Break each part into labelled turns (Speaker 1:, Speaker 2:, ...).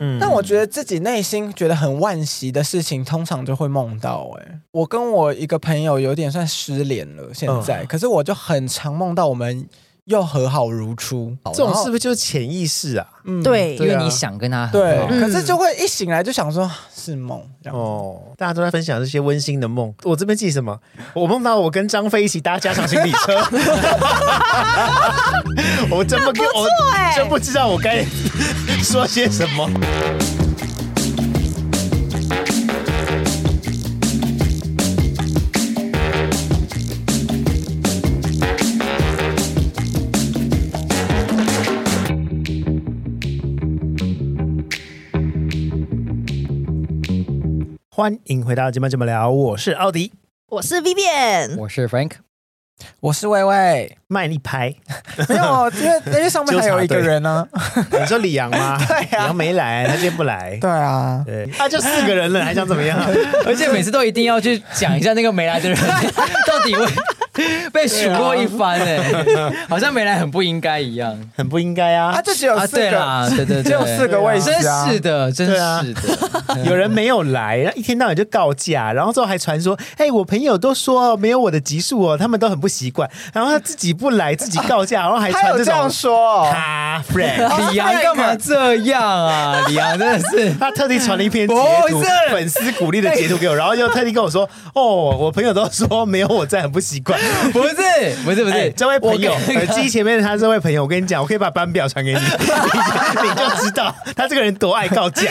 Speaker 1: 嗯
Speaker 2: 但我觉得自己内心觉得很惋惜的事情，通常就会梦到、欸。哎，我跟我一个朋友有点算失联了，现在，
Speaker 1: 嗯
Speaker 2: 可是我就很常梦到我们又和好如初。
Speaker 1: 这种
Speaker 2: 然
Speaker 1: 是不
Speaker 2: 后
Speaker 1: 是就是潜意识啊？
Speaker 2: 嗯
Speaker 3: 对
Speaker 4: 因
Speaker 1: 对
Speaker 4: 为
Speaker 1: 啊
Speaker 4: 你想跟他很
Speaker 2: 对，
Speaker 4: 好
Speaker 3: 嗯
Speaker 2: 可是就会一醒来就想
Speaker 4: 嗯
Speaker 2: 说是梦，然后、
Speaker 1: 哦，大家都在分享这些温馨的梦。我这边记什么？ 我梦到我跟张飞一起搭加长行李车。 我真不，我
Speaker 3: 欸
Speaker 1: 真不知道我该说些什么。欢迎回到今晚这么聊，我是奥迪，
Speaker 3: 我是 Vivian，
Speaker 4: 我是 Frank，
Speaker 2: 我是薇薇，
Speaker 1: 卖力拍。
Speaker 2: 没有，因为因为上面还有一个人啊 呢、
Speaker 1: 你说李阳 吗？
Speaker 2: 对啊
Speaker 1: 李阳没来，他今天不来。
Speaker 2: 对啊，
Speaker 1: 对，他就四个人了，还想怎么样？
Speaker 4: 而且每次都一定要去讲一下那个没来的人 到底 会被数落
Speaker 1: 啊
Speaker 4: 一番哎， 好像没来很不应该一样
Speaker 1: 很不应该
Speaker 2: 啊，
Speaker 1: 啊！
Speaker 2: 就只有
Speaker 4: 啊。
Speaker 2: 四
Speaker 4: 对
Speaker 2: 个，
Speaker 4: 啦，对对对，
Speaker 2: 只 有四个位置、
Speaker 4: 真
Speaker 2: 啊，
Speaker 4: 是的，真
Speaker 1: 对啊
Speaker 4: 是的，
Speaker 1: 有人没有来，然后一天到晚就告假，然后之后还传说，哎、我朋友都说没有我的集数哦，他们都很不习惯。 然后他自己不来，自己告假，然后还
Speaker 2: 还
Speaker 1: 传
Speaker 2: 有
Speaker 1: 这
Speaker 2: 这样
Speaker 1: 种。
Speaker 2: 说、哦。
Speaker 1: 哈 friend，
Speaker 4: 李阳干嘛这样啊？李阳真 的是。
Speaker 1: 他特地传了一篇截图
Speaker 4: 不是，
Speaker 1: 粉丝鼓励的截图给我，然后又特地跟我说，哦，我朋友都说没有我在很不习惯。
Speaker 4: 不是不是不是、
Speaker 1: 哎这位朋友
Speaker 4: 我，跟
Speaker 1: 耳机前面的他这位朋友，我跟你讲，我可以把班表传给你，你你就知道他这个人多爱告假。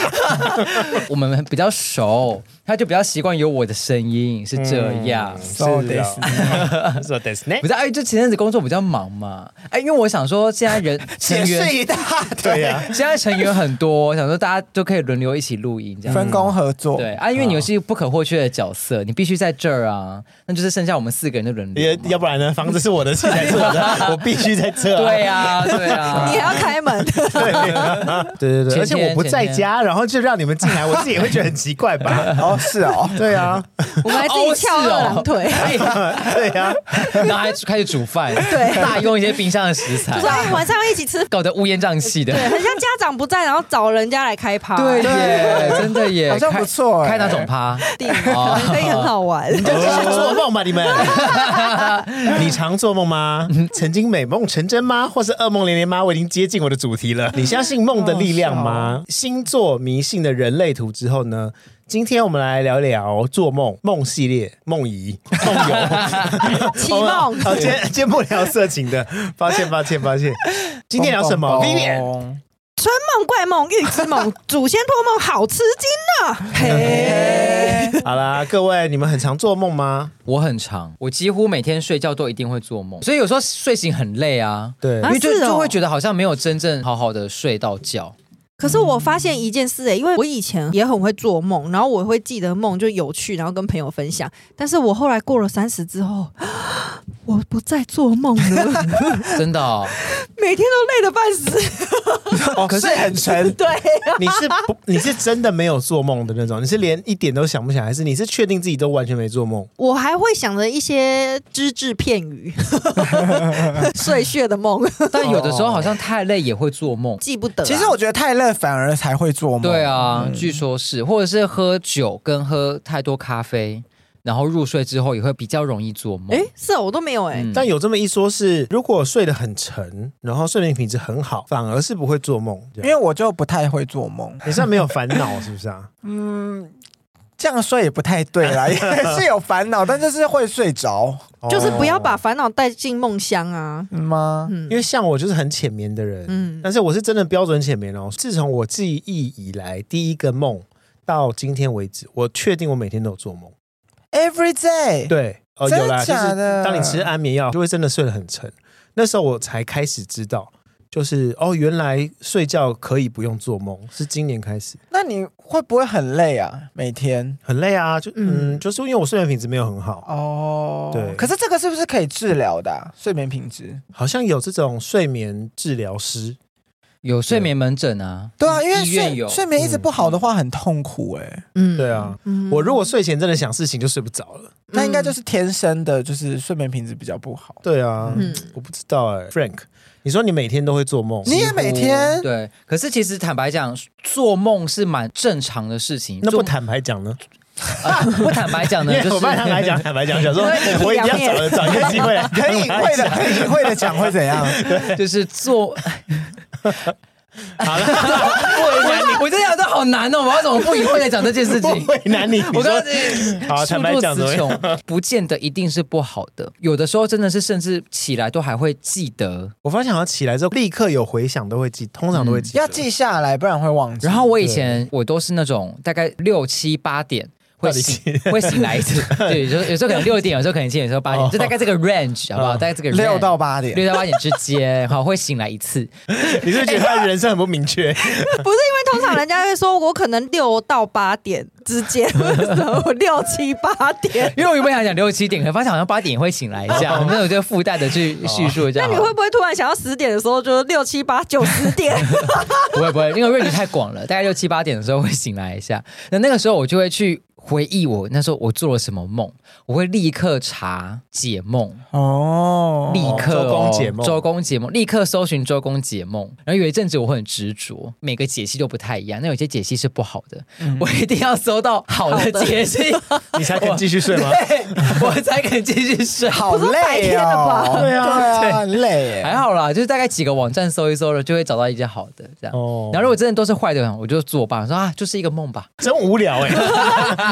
Speaker 4: 我们比较熟，他就比较习惯有我的声音是这
Speaker 1: 嗯
Speaker 4: 样。嗯
Speaker 2: So
Speaker 1: 是
Speaker 2: this-
Speaker 1: 啊，说 d e s
Speaker 4: 不是哎，就前阵子工作比较忙嘛，哎，因为我想说现 在人成
Speaker 2: 解释
Speaker 4: 员，
Speaker 2: 一大堆，
Speaker 1: 对啊呀，
Speaker 4: 现在成员很多，我想说大家都可以轮流一起录音这样。
Speaker 2: 分工合作，
Speaker 4: 对啊，因为你又是不可或缺的角色，你必须在这儿啊，那就是剩下我们四个人的轮
Speaker 1: 也
Speaker 4: 流嘛。
Speaker 1: 要不然呢？房子是我的，器材是我的，我必须在这。
Speaker 4: 对啊，对 啊，
Speaker 3: 你还要开门？
Speaker 1: 对对对，
Speaker 4: 前
Speaker 1: 而且我不在家，然后就让你们进来，我自己也会觉得很奇怪吧？
Speaker 2: 哦，是 哦，
Speaker 1: 对啊，
Speaker 3: 我们还自己翘二郎腿，
Speaker 4: 哎
Speaker 1: 对啊，
Speaker 4: 然后还开始煮饭，
Speaker 3: 对
Speaker 4: 大用一些冰箱的食
Speaker 3: 就
Speaker 4: 材
Speaker 3: 是，哎晚上要一起吃，
Speaker 4: 搞得乌烟瘴气的。
Speaker 3: 对，很像家长不在，然后找人家来开趴，
Speaker 4: 对耶，真的耶，
Speaker 2: 好像不错哎
Speaker 4: 开开哪种趴？
Speaker 3: 地可以很好玩。
Speaker 1: 就继续做梦吧，你们。你常做梦吗？曾经美梦成真吗？或是噩梦连连吗？我已经接近我的主题了。你相信梦的力量吗？星座迷信的人类图之后呢？今天我们来聊聊做梦梦系列、梦遗、梦游、
Speaker 3: 奇梦
Speaker 1: 好，今天今天不聊色情的，抱歉，抱歉，抱歉。今天聊 什么
Speaker 2: 嘣
Speaker 1: ？Vivian，
Speaker 3: 春梦、怪梦、预知梦、祖先托梦，好吃惊啊呐！嘿，
Speaker 1: 好啦，各位，你们很常做梦吗？
Speaker 4: 我很长，我几乎每天睡觉都一定会做梦，所以有时候睡醒很累啊，
Speaker 1: 对
Speaker 3: 啊
Speaker 4: 因为就、
Speaker 3: 是哦
Speaker 4: 就会觉得好像没有真正好好的睡到觉。
Speaker 3: 可是我发现一件事、欸，因为我以前也很会做梦，然后我会记得梦就有趣，然后跟朋友分享。但是我后来过了三十之后， 我不再做梦了，
Speaker 4: 真的、哦，
Speaker 3: 每天都累得半死。
Speaker 2: 哦，可是很沉，
Speaker 3: 对，
Speaker 1: 你是不 你是真的没有做梦的那种？你是连一点都想不起来，还是你是确定自己都完全没做梦？
Speaker 3: 我还会想着一些只字片语、 碎屑的梦，
Speaker 4: 但有的时候
Speaker 1: 哦
Speaker 4: 好像太累也会做梦。
Speaker 3: 记不得啊、
Speaker 2: 其实我觉得太累反而才会做梦，
Speaker 4: 对，啊，
Speaker 1: 嗯
Speaker 4: 据说是，或者是喝酒跟喝太多咖啡，然后入睡之后也会比较容易做梦。
Speaker 3: 哎、是、哦、我都没有哎、
Speaker 4: 嗯
Speaker 1: 但有这么一说是，如果睡得很沉，然后睡眠品质很好，反而是不会做梦。
Speaker 2: 因为我就不太会做梦，
Speaker 1: 你算没有烦恼是不是啊？
Speaker 2: 嗯，这样说也不太对啦，也是有烦恼，但就是会睡着
Speaker 3: 就是不要把
Speaker 1: 哦，
Speaker 3: 烦恼带进梦乡啊。
Speaker 2: 嗯吗？
Speaker 3: 嗯
Speaker 1: 因为像我就是很浅眠的人，
Speaker 3: 嗯，
Speaker 1: 但是我是真的标准浅眠哦。自从我记忆以来，第一个梦到今天为止，我确定我每天都有做梦。
Speaker 2: Every day，
Speaker 1: 对，哦、
Speaker 2: 欸真
Speaker 1: 有啦，就是
Speaker 2: 假的
Speaker 1: 当你吃安眠药，就会真的睡得很沉。那时候我才开始知道，就是哦，原来睡觉可以不用做梦，是今年开始。
Speaker 2: 那你会不会很累啊？每天
Speaker 1: 很累啊，就嗯
Speaker 3: 嗯
Speaker 1: 就是因为我睡眠品质没有很好，
Speaker 2: 哦，
Speaker 1: 对
Speaker 2: 可是这个是不是可以治疗的啊、睡眠品质？
Speaker 1: 好像有这种睡眠治疗师，
Speaker 4: 有睡眠门诊啊，
Speaker 2: 对啊，因为
Speaker 4: 医院有
Speaker 2: 睡睡眠一直不好的话很痛苦哎、
Speaker 3: 嗯
Speaker 1: 对啊，
Speaker 3: 嗯
Speaker 1: 我如果睡前真的想事情就睡不着了，
Speaker 4: 嗯
Speaker 2: 那应该就是天生的，就是睡眠品质比较不好。
Speaker 1: 对啊，
Speaker 3: 嗯
Speaker 1: 我不知道哎、f r a n k 你说你每天都会做梦，
Speaker 2: 你也每天
Speaker 4: 哦对，可是其实坦白讲，做梦是蛮正常的事情。
Speaker 1: 那
Speaker 4: 做
Speaker 1: 不坦白讲呢？
Speaker 4: 啊不坦白讲
Speaker 1: 因
Speaker 4: 呢，
Speaker 1: 为
Speaker 4: 就是
Speaker 1: 我帮坦白讲，坦白讲，想说我一定要找找一个机会来
Speaker 2: 可以会的，可以会的讲会怎样？
Speaker 4: 就是做，
Speaker 1: 好了，
Speaker 4: 我我真的想这好难哦，我要怎么不隐晦的讲这件事
Speaker 1: 不
Speaker 4: 情？
Speaker 1: 为难你。
Speaker 4: 我
Speaker 1: 你
Speaker 4: 刚
Speaker 1: 说
Speaker 4: 刚这
Speaker 1: 好
Speaker 4: 数
Speaker 1: 坦白
Speaker 4: 落
Speaker 1: 讲
Speaker 4: 词
Speaker 1: 怎么样
Speaker 4: 穷，不见得一定是不好的，有的时候真的是甚至起来都还会记得。
Speaker 1: 我发现好像起来之后立刻有回响，都会记，通常都
Speaker 3: 嗯
Speaker 1: 会记。
Speaker 2: 要记下来，不然会忘记。
Speaker 4: 然后我以前我都是那种大概六七八点。会
Speaker 1: 到底
Speaker 4: 醒， 会醒来 一次。对，有时候有时候可能六点，有时候可能七点，有时候八点，就大概这个 range 好不好？
Speaker 1: 哦
Speaker 4: 大概这个 range,
Speaker 2: 六到八点，
Speaker 4: 六到八点之间，好，会醒来一次。
Speaker 1: 你是不是觉得他人生很不明 确？
Speaker 3: 不是因为通常人家会说我可能六到八点之间， 为什么我六七八点？
Speaker 4: 因为我原本想讲六七点，可发现好像八点也会醒来一 下，我们有这个附带的去叙述一下。
Speaker 1: 啊
Speaker 3: 那你会不会突然想要十点的时候，就是六七八九十点？
Speaker 4: 不会不会？因为瑞宇太广了，大概六七八点的时候会醒来一下。那那个时候我就会去回忆我那时候我做了什么梦，我会立刻查解梦。
Speaker 2: 哦，
Speaker 4: 立刻、哦、
Speaker 1: 周公解梦
Speaker 4: 周公解梦，立刻搜寻周公解梦。然后有一阵子我会很执着，每个解析都不太一样，那有些解析是不好的，
Speaker 1: 嗯
Speaker 4: 我一定要搜到好的解析，
Speaker 1: 你才肯继续睡 吗？
Speaker 4: 我才肯继续 睡。
Speaker 2: 好
Speaker 3: 不是白
Speaker 2: 累
Speaker 3: 天了
Speaker 2: 哦
Speaker 3: 吧，
Speaker 1: 对啊
Speaker 2: 对啊，很累耶。
Speaker 4: 还好啦，就是大概几个网站搜一搜了，就会找到一些好的这样。
Speaker 1: 哦
Speaker 4: 然后如果真的都是坏的，我就作罢，说啊，就是一个梦吧。
Speaker 1: 真无聊哎。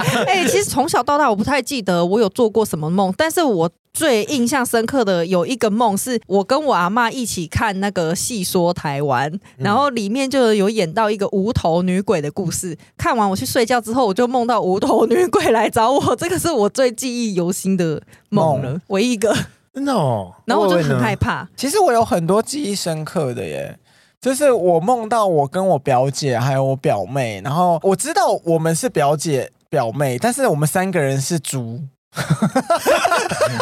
Speaker 3: 哎、其实从小到大我不太记得我有做过什么梦，但是我最印象深刻的有一个梦，是我跟我阿嬷一起看那个《戏说台湾》，
Speaker 2: 嗯
Speaker 3: 然后里面就有演到一个无头女鬼的故事。看完我去睡觉之后，我就梦到无头女鬼来找我，这个是我最记忆犹新的梦了，唯一一 个。
Speaker 1: 真的哦，
Speaker 3: 然后我就很害
Speaker 1: 怕。
Speaker 3: 怕，
Speaker 2: 其实我有很多记忆深刻的耶。就是我梦到我跟我表姐还有我表妹，然后我知道我们是表姐表妹，但是我们三个人是猪。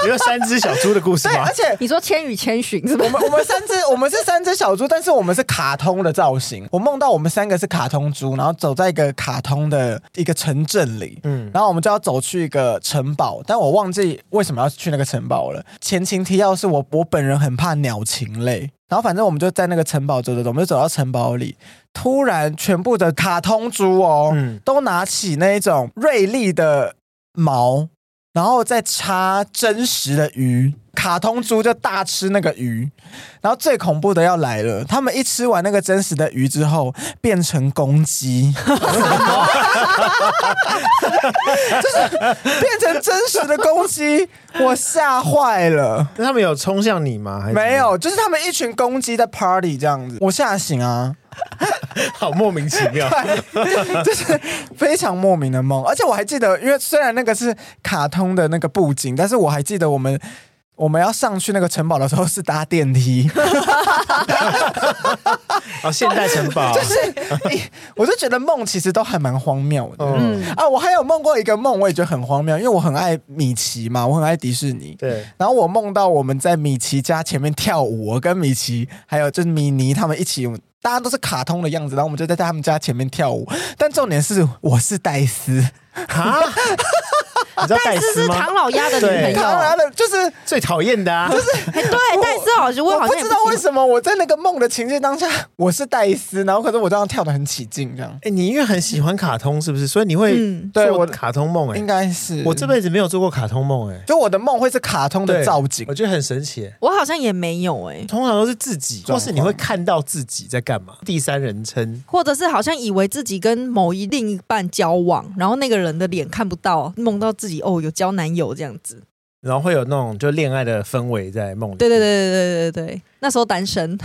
Speaker 1: 你说三只小猪的故事
Speaker 2: 对，
Speaker 1: 吗
Speaker 2: 而？且
Speaker 3: 你说《千与千寻》是
Speaker 2: 我
Speaker 3: 吧？
Speaker 2: 们我们三只 我们是三只小猪，但是我们是卡通的造型。我梦到我们三个是卡通猪，然后走在一个卡通的一个城镇里，
Speaker 1: 嗯，
Speaker 2: 然后我们就要走去一个城堡，但我忘记为什么要去那个城堡了。前情提要是我我本人很怕鸟禽类，然后反正我们就在那个城堡走走走，我们就走到城堡里，突然全部的卡通猪哦，
Speaker 1: 嗯
Speaker 2: 都拿起那一种锐利的毛，然后再插真实的鱼。卡通猪就大吃那个鱼，然后最恐怖的要来了，他们一吃完那个真实的鱼之后，变成公鸡。变成真实的公鸡，我吓坏了。
Speaker 1: 那他们有冲向你吗？还是
Speaker 2: 没，有，就是他们一群公鸡在 party 这样子，我吓醒啊，
Speaker 1: 好莫名其 妙。
Speaker 2: 就是非常莫名的梦。而且我还记得，因为虽然那个是卡通的那个布景，但是我还记得我们我们要上去那个城堡的时候是搭电梯，
Speaker 1: 哦，现代城堡
Speaker 2: 就，是我就觉得梦其实都还蛮荒谬的。
Speaker 1: 嗯，
Speaker 2: 啊，我还有梦过一个梦，我也觉得很荒谬，因为我很爱米奇嘛，我很爱迪士尼。
Speaker 1: 对，
Speaker 2: 然后我梦到我们在米奇家前面跳舞，我跟米奇还有就是米妮他们一起，大家都是卡通的样子，然后我们就在他们家前面跳舞。但重点是，我是戴斯，
Speaker 1: 啊，你知道戴
Speaker 3: 戴斯
Speaker 1: 斯
Speaker 3: 是
Speaker 1: 吗？
Speaker 3: 唐老鸭的女朋
Speaker 1: 对
Speaker 3: 友，
Speaker 2: 当然
Speaker 3: 哎
Speaker 2: 了，就是。
Speaker 1: 最讨厌的 啊，就是
Speaker 3: 对，戴斯好像
Speaker 2: 我
Speaker 3: 好
Speaker 2: 不
Speaker 3: 像也
Speaker 2: 知道为
Speaker 3: 喜
Speaker 2: 什么我在那个梦的情境当下，我是戴斯，然后可是我这样跳的很起劲，这样
Speaker 1: 哎，你因为很喜欢卡通，是不是？所以你会
Speaker 3: 嗯
Speaker 1: 做
Speaker 2: 对我嗯
Speaker 1: 卡通梦？哎
Speaker 2: 应，该是
Speaker 1: 我这辈子没有做过卡通梦，哎，
Speaker 2: 就我的梦会是卡通的
Speaker 1: 对
Speaker 2: 造景
Speaker 1: 我，觉得很神奇。哎
Speaker 3: 欢我好像也没有哎、
Speaker 1: 通常都是自己，
Speaker 2: 状况
Speaker 1: 或是你会看到自己在干嘛，第三人称。
Speaker 3: 或者是好像以为自己跟某一另一半交往，然后那个人的脸看不到，梦到自己哦有交男友这样子。
Speaker 1: 然后会有那种就恋爱的氛围在梦里，
Speaker 3: 对对，对对对对对，那时候 单身，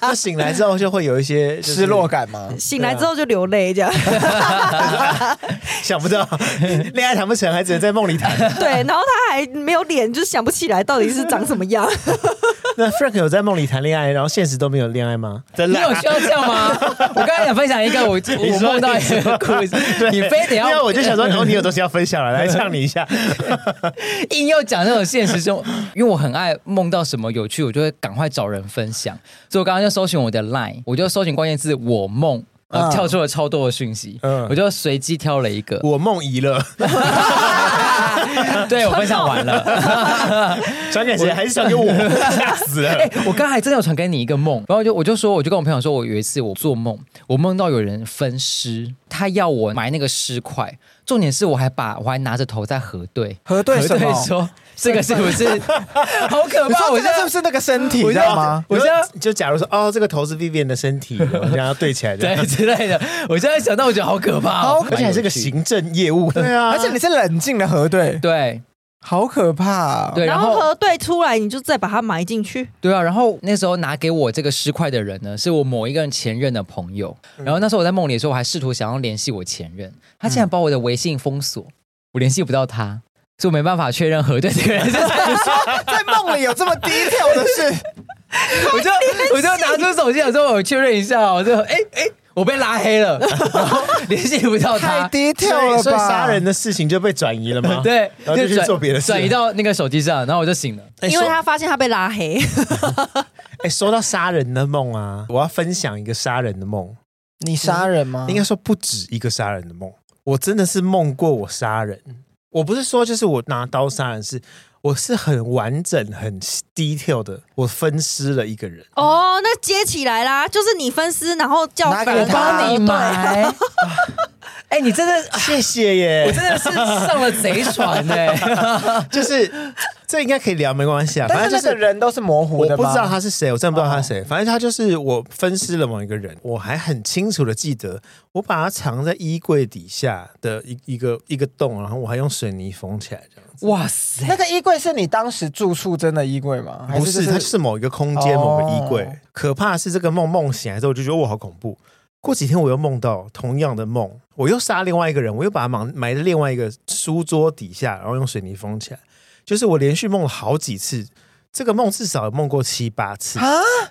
Speaker 1: 那醒来之后就会有一些就是
Speaker 2: 失落，感吗？
Speaker 3: 醒来之后就流泪 这样。
Speaker 1: 想不到 恋爱谈不成，还只能在梦里 谈。
Speaker 3: 对，然后他还没有脸，就想不起来到底是长什么样。
Speaker 1: 那 Frank 有在梦里谈恋爱，然后现实都没有恋爱吗？真啊
Speaker 4: 你有需要这样吗？我刚才想分享一个我我梦到一个故事，你非得
Speaker 1: 因为
Speaker 4: 要
Speaker 1: 我就想说，哦，你有东西要分享了，来呛你一下。
Speaker 4: 硬要讲那种现实中，因为我很爱梦到什么有趣，我就会赶快找人分享。所以我刚刚就搜寻我的 Line，我就搜寻关键字“我梦”，呃然
Speaker 2: 嗯
Speaker 4: 后跳出了超多的讯息，
Speaker 1: 嗯
Speaker 4: 我就随机挑了一个。
Speaker 1: 我梦遗了，
Speaker 4: 对我分享完了。
Speaker 1: 传给谁？还是传给 我？吓死
Speaker 4: 哎、
Speaker 1: 了！
Speaker 4: 我刚才真的有传给你一个梦，然后我就我就说，我就跟我朋友说，我有一次我做梦，我梦到有人分尸，他要我埋那个尸块，重点是我还把我还拿着头在核对，
Speaker 2: 核对
Speaker 4: 核
Speaker 2: 什
Speaker 4: 对
Speaker 2: 么
Speaker 4: 说这个是不是 好可
Speaker 2: 你
Speaker 4: 怕？
Speaker 2: 说
Speaker 4: 我
Speaker 2: 这
Speaker 4: 现
Speaker 2: 个
Speaker 4: 在
Speaker 2: 是不是那个身体，知
Speaker 4: 我现在
Speaker 2: 道吗？
Speaker 4: 我
Speaker 1: 我
Speaker 4: 现
Speaker 1: 现
Speaker 4: 在
Speaker 1: 在就假如说，哦，这个头是 Vivian 的身体，我这样要对起来的，
Speaker 4: 对之类的，我现在想到我觉得好可怕、哦，
Speaker 1: 而且还是个行政业务，对啊，
Speaker 2: 而且你是冷静的核对，
Speaker 4: 对
Speaker 2: 好可怕、哦。
Speaker 4: 对，
Speaker 3: 然
Speaker 4: 然
Speaker 3: 后
Speaker 4: 后
Speaker 3: 核对出来，你就再把它埋进去。
Speaker 4: 对啊，然后那时候拿给我这个尸块的人呢，是我某一个人前任的朋友。
Speaker 2: 嗯
Speaker 4: 然后那时候我在梦里的时候，我还试图想要联系我前任，
Speaker 2: 嗯
Speaker 4: 他竟然把我的微信封锁，我联系不到他，所以我没办法确认核对这个人是 谁。
Speaker 2: 在梦里有这么低调的 事，
Speaker 4: 我就我就拿出手机想说，我确认一下哦，我就哎哎。我被拉黑了，然后联系不到
Speaker 2: 太
Speaker 4: 他，
Speaker 2: 低调
Speaker 1: 所
Speaker 2: 了
Speaker 1: 以
Speaker 2: 吧？
Speaker 1: 所以杀人的事情就被转移了 吗？
Speaker 2: 啊
Speaker 4: 对，
Speaker 1: 然后就去
Speaker 4: 转
Speaker 1: 做别的事
Speaker 4: 转移到那个手机上，然后我就醒了。
Speaker 1: 哎，
Speaker 3: 因为
Speaker 1: 说
Speaker 3: 他发现他被拉黑，
Speaker 1: 哎，说到杀人的梦啊，我要分享一个杀人的梦，
Speaker 2: 你杀人吗？
Speaker 1: 应该说不止一个杀人的梦，我真的是梦过我杀人。我不是说就是我拿刀杀人，是我是很完整、很 detail 的，我分尸了一个人。
Speaker 3: 哦，那接起来啦，就是你分尸，然后叫
Speaker 2: 拿给
Speaker 3: 反而
Speaker 2: 他
Speaker 3: 帮你买。
Speaker 4: 买。 哎，你真
Speaker 2: 啊
Speaker 4: 的，
Speaker 1: 谢谢
Speaker 4: 我
Speaker 1: 耶，
Speaker 4: 真的是上了贼船 哎！
Speaker 1: 就是这应该可以聊，没关系啊。反
Speaker 2: 但
Speaker 1: 正
Speaker 2: 是
Speaker 1: 就
Speaker 2: 那个
Speaker 1: 是
Speaker 2: 人都是模糊
Speaker 1: 我
Speaker 2: 的哦
Speaker 1: 不
Speaker 2: 吗？
Speaker 1: 知道他是谁，我真的不知道他是谁。反正他就是我分尸了某一个人，我还很清楚的记得，我把他藏在衣柜底下的一一个一个洞，然后我还用水泥缝起来，这样子。
Speaker 4: 哇塞，
Speaker 2: 那个衣柜是你当时住宿真的衣柜吗？还
Speaker 1: 不是，
Speaker 2: 就
Speaker 1: 它就是某一个空间、
Speaker 2: 哦
Speaker 1: 某个衣柜。可怕的是，这个梦梦醒来之后，我就觉得我好恐怖。过几天我又梦到同样的梦，我又杀另外一个人，我又把他埋埋在另外一个书桌底下，然后用水泥封起来。就是我连续梦了好几次，这个梦至少梦过七八次。
Speaker 2: 啊？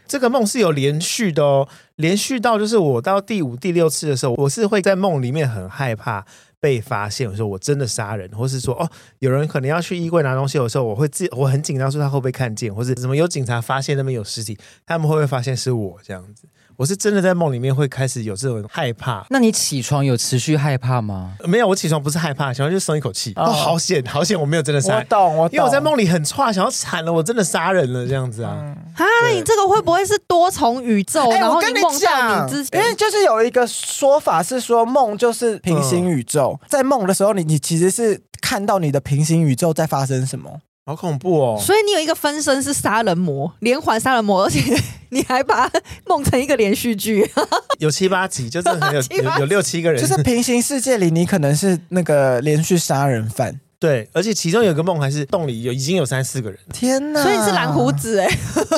Speaker 1: 这个梦是有连续的哦，连续到就是我到第五、第六次的时候，我是会在梦里面很害怕被发现，我说我真的杀人，或是说哦，有人可能要去衣柜拿东西的时候，我会自我很紧张，说他会不会看见，或是怎么有警察发现那边有尸体，他们会不会发现是我这样子？我是真的在梦里面会开始有这种害怕。
Speaker 4: 那你起床有持续害怕吗？
Speaker 1: 没有，我起床不是害怕，起床就松一口气。哦，好险，好险，我没有真的杀
Speaker 2: 我
Speaker 1: 人，
Speaker 2: 懂，我懂。
Speaker 1: 因为我在梦里很差，想要惨了，我真的杀人了这样子啊。
Speaker 2: 嗯
Speaker 3: 啊，那你这个会不会是多重宇宙？
Speaker 2: 哎，
Speaker 3: 然
Speaker 2: 我
Speaker 3: 后
Speaker 2: 跟
Speaker 3: 梦到
Speaker 2: 讲哎
Speaker 3: 你之，
Speaker 2: 因为
Speaker 3: 前，
Speaker 2: 就是有一个说法是说梦就是平行宇宙，在梦的时候你你其实是看到你的平行宇宙在发生什么。
Speaker 1: 好恐怖哦！
Speaker 3: 所以你有一个分身是杀人魔，连环杀人魔，而且你还把它梦成一个连续 剧。
Speaker 1: 有七八集，就真的 很有
Speaker 3: 七
Speaker 1: 有
Speaker 3: 八集
Speaker 1: 有六七个人，
Speaker 2: 就是平行世界里，你可能是那个连续杀人犯。
Speaker 1: 对，而且其中有一个梦还是洞里有已经有三四个人，
Speaker 2: 天哪！
Speaker 3: 所以你是蓝胡子哎、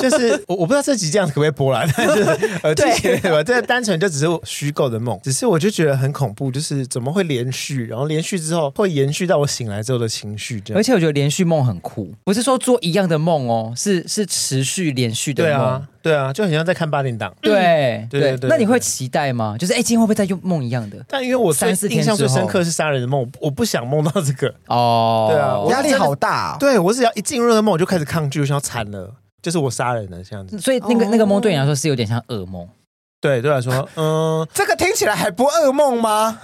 Speaker 1: 就是我我不知道这集这样子可不可以播啦，但是呃，这
Speaker 3: 对
Speaker 1: 集对吧？这单纯就只是虚构的梦，只是我就觉得很恐怖，就是怎么会连续，然后连续之后会延续到我醒来之后的情绪，这
Speaker 4: 而
Speaker 1: 样
Speaker 4: 且我觉得连续梦很酷，不是说做一样的梦哦，是是持续连续的
Speaker 1: 对
Speaker 4: 梦
Speaker 1: 啊。，对啊，就很像在看八点档。
Speaker 4: 对
Speaker 1: 对对对
Speaker 4: 那你会期待吗？就是哎，今天会不会再用梦一样的？
Speaker 1: 但因为我最
Speaker 4: 三四天
Speaker 1: 印象最
Speaker 4: 之后
Speaker 1: 深刻是杀人的梦，我我不想梦到这个。
Speaker 4: 哦，
Speaker 1: 对啊我
Speaker 2: 压力好大、哦。
Speaker 1: 对我只要一进入那个梦，我就开始抗拒，我想要惨了，就是我杀人了这样子。
Speaker 4: 所以那个
Speaker 3: 哦
Speaker 4: 那个梦对你来说是有点像噩梦。
Speaker 1: 哦对，对我来说，嗯，
Speaker 2: 这个听起来还不噩梦吗？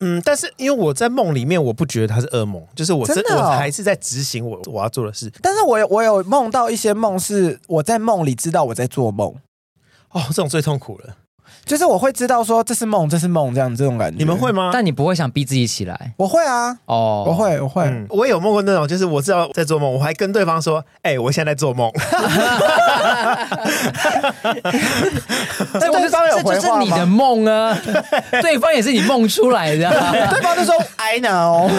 Speaker 1: 嗯，但是因为我在梦里面，我不觉得它是噩梦，就是我真
Speaker 2: 真的哦
Speaker 1: 我还是在执行我我要做的事。
Speaker 2: 但是我有我有梦到一些梦，是我在梦里知道我在做梦，
Speaker 1: 哦，这种最痛苦了。
Speaker 2: 就是我会知道说这是梦，这是梦这样这种感觉。
Speaker 1: 你们会？吗？
Speaker 4: 但你不会想逼自己起来
Speaker 2: 我会啊，
Speaker 4: 哦，
Speaker 2: 我。会，我会。
Speaker 1: 嗯，我也有梦过那种，就是我知道在做梦，我还跟对方说：“哎、我现在在做梦。
Speaker 2: 但对方有
Speaker 4: 哎这
Speaker 2: 回
Speaker 4: 就是
Speaker 2: 话
Speaker 4: 你的
Speaker 2: 吗？
Speaker 4: 梦啊， 对方也是你梦出来的啊、
Speaker 2: 对方 就说 I know，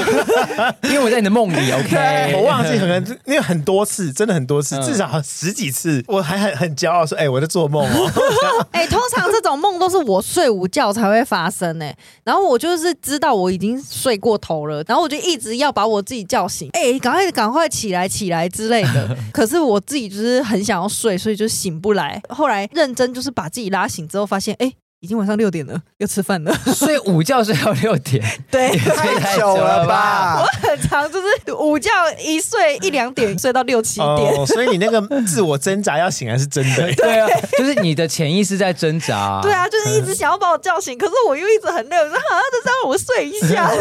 Speaker 4: 因为我在你的梦里 ，OK，
Speaker 1: 我忘记可能因为很多次，真的很多次，至少十几次，我还很很骄傲说：“哎、我在做梦哦。
Speaker 3: 哎、通常这种梦都是我睡午觉才会发生哎、然后我就是知道我已经睡过头了，然后我就一直要把我自己叫醒，哎、赶快赶快起来起来之类 的。可是我自己就是很想要睡，所以就醒不来。后来认真就是把自己拉醒之后，发现哎、已经晚上六点了，要吃饭了。
Speaker 4: 睡午觉睡到六点，
Speaker 3: 对，
Speaker 4: 睡。
Speaker 2: 太久了？ 吧？
Speaker 3: 很长，就是午觉一睡一两点，睡到六七点。
Speaker 1: 哦，所以你那个自我挣扎要醒来是真的
Speaker 4: 对啊，就是你的潜意识在挣扎、
Speaker 3: 对，啊，就是一直想要把我叫醒，可是我又一直很累，我说好，那再让我睡一 下。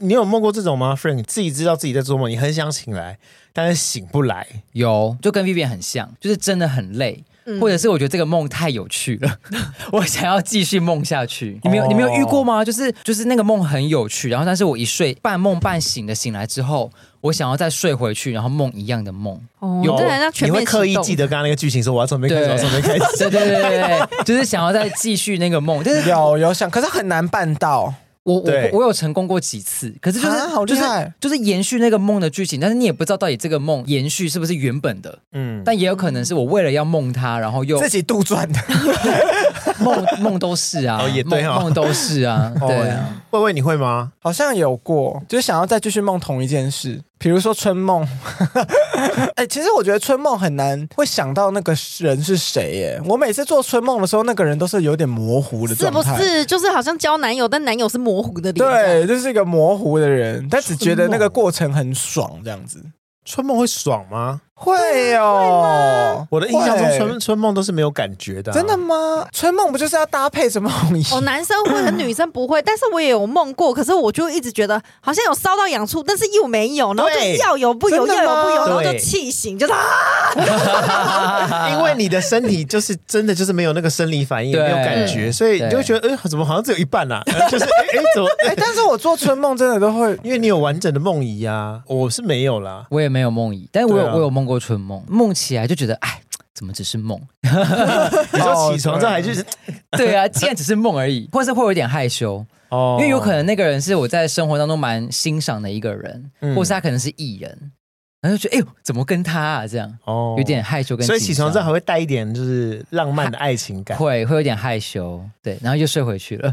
Speaker 1: 你有梦过这种吗，Frank？你自己知道自己在做梦，你很想醒来，但是醒不来。
Speaker 4: 有就跟 Vivian 很像，就是真的很累。
Speaker 3: 嗯
Speaker 4: 或者是我觉得这个梦太有趣了， 我想要继续梦下去。你没有你没有遇过吗？就是就是那个梦很有趣，然后但是我一睡半梦半醒的醒来之后，我想要再睡回去，然后梦一样的梦。
Speaker 3: 哦
Speaker 1: 有
Speaker 3: 对啊，那全
Speaker 1: 你会
Speaker 3: 面
Speaker 1: 刻意记
Speaker 3: 得
Speaker 1: 得刚刚那个剧情，说我要从那边开始，我要从那边开始。
Speaker 4: 对对对对对，就是想要再继续那个梦。但是
Speaker 2: 有有想，可是很难办到。
Speaker 4: 我我
Speaker 1: 对
Speaker 4: 我有成功过几次，可是就是、
Speaker 2: 啊好厉
Speaker 4: 就是
Speaker 2: 害
Speaker 4: 就是延续那个梦的剧情，但是你也不知道到底这个梦延续是不是原本的，
Speaker 1: 嗯，
Speaker 4: 但也有可能是我为了要梦它，然后又
Speaker 2: 自己杜撰的，
Speaker 4: 梦梦都是啊，
Speaker 1: 哦也对哦
Speaker 4: 梦梦都 是啊，对啊，
Speaker 1: 慧慧你会吗？
Speaker 2: 好像有过，就是想要再继续梦同一件事，比如说春梦。 哎、其实我觉得春梦很难会想到那个人是谁耶。我每次做春梦的时候，那个人都是有点模糊的
Speaker 3: 是
Speaker 2: 状
Speaker 3: 不
Speaker 2: 态，？
Speaker 3: 是就是好像交男友，但男友是模糊的脸。
Speaker 2: 对，就是一个模糊的人，但只觉得那
Speaker 1: 春
Speaker 2: 个
Speaker 1: 梦
Speaker 2: 过程很爽，这样子。
Speaker 1: 春梦会爽吗？
Speaker 2: 会
Speaker 3: 啊
Speaker 2: 哦，
Speaker 1: 我的印象中
Speaker 2: 会
Speaker 1: 春春梦都是没有感觉的啊、
Speaker 2: 真的吗？春梦不就是要搭配什么红衣？
Speaker 3: 哦，男生会，女生不会，但是我也有梦过，可是我就一直觉得好像有烧到痒处，但是又没有，然后就
Speaker 1: 对
Speaker 3: 要有不有，
Speaker 2: 真
Speaker 3: 要
Speaker 2: 的吗
Speaker 3: 有不有，然后就
Speaker 1: 对
Speaker 3: 气醒，就是啊，
Speaker 1: 因为你的身体就是真的就是没有那个生理反应，
Speaker 4: 对嗯
Speaker 1: 没有感觉，所以你就会觉得，哎、怎么好像只有一半 啊？呃就是，哎、哎怎么？
Speaker 2: 哎、但是我做春梦真的都 会，
Speaker 1: 因为你有完整的梦遗啊，我是没有啦。
Speaker 4: 我也没有梦遗，但是我有、
Speaker 1: 对啊
Speaker 4: 我有梦过春梦，梦起来就觉得哎。怎么只是梦？哦
Speaker 1: 你说起床之后还就是
Speaker 4: 对啊，既然只是梦而已，或是会有点害羞，
Speaker 1: 哦
Speaker 4: 因为有可能那个人是我在生活当中蛮欣赏的一个人，
Speaker 1: 嗯
Speaker 4: 或是他可能是艺人，然后就觉得哎呦，怎么跟他啊这样，
Speaker 1: 哦
Speaker 4: 有点害羞跟紧
Speaker 1: 所
Speaker 4: 张。
Speaker 1: 以起床之后还会带一点就是浪漫的爱情感，
Speaker 4: 会会有点害羞，对，然后就睡回 去了。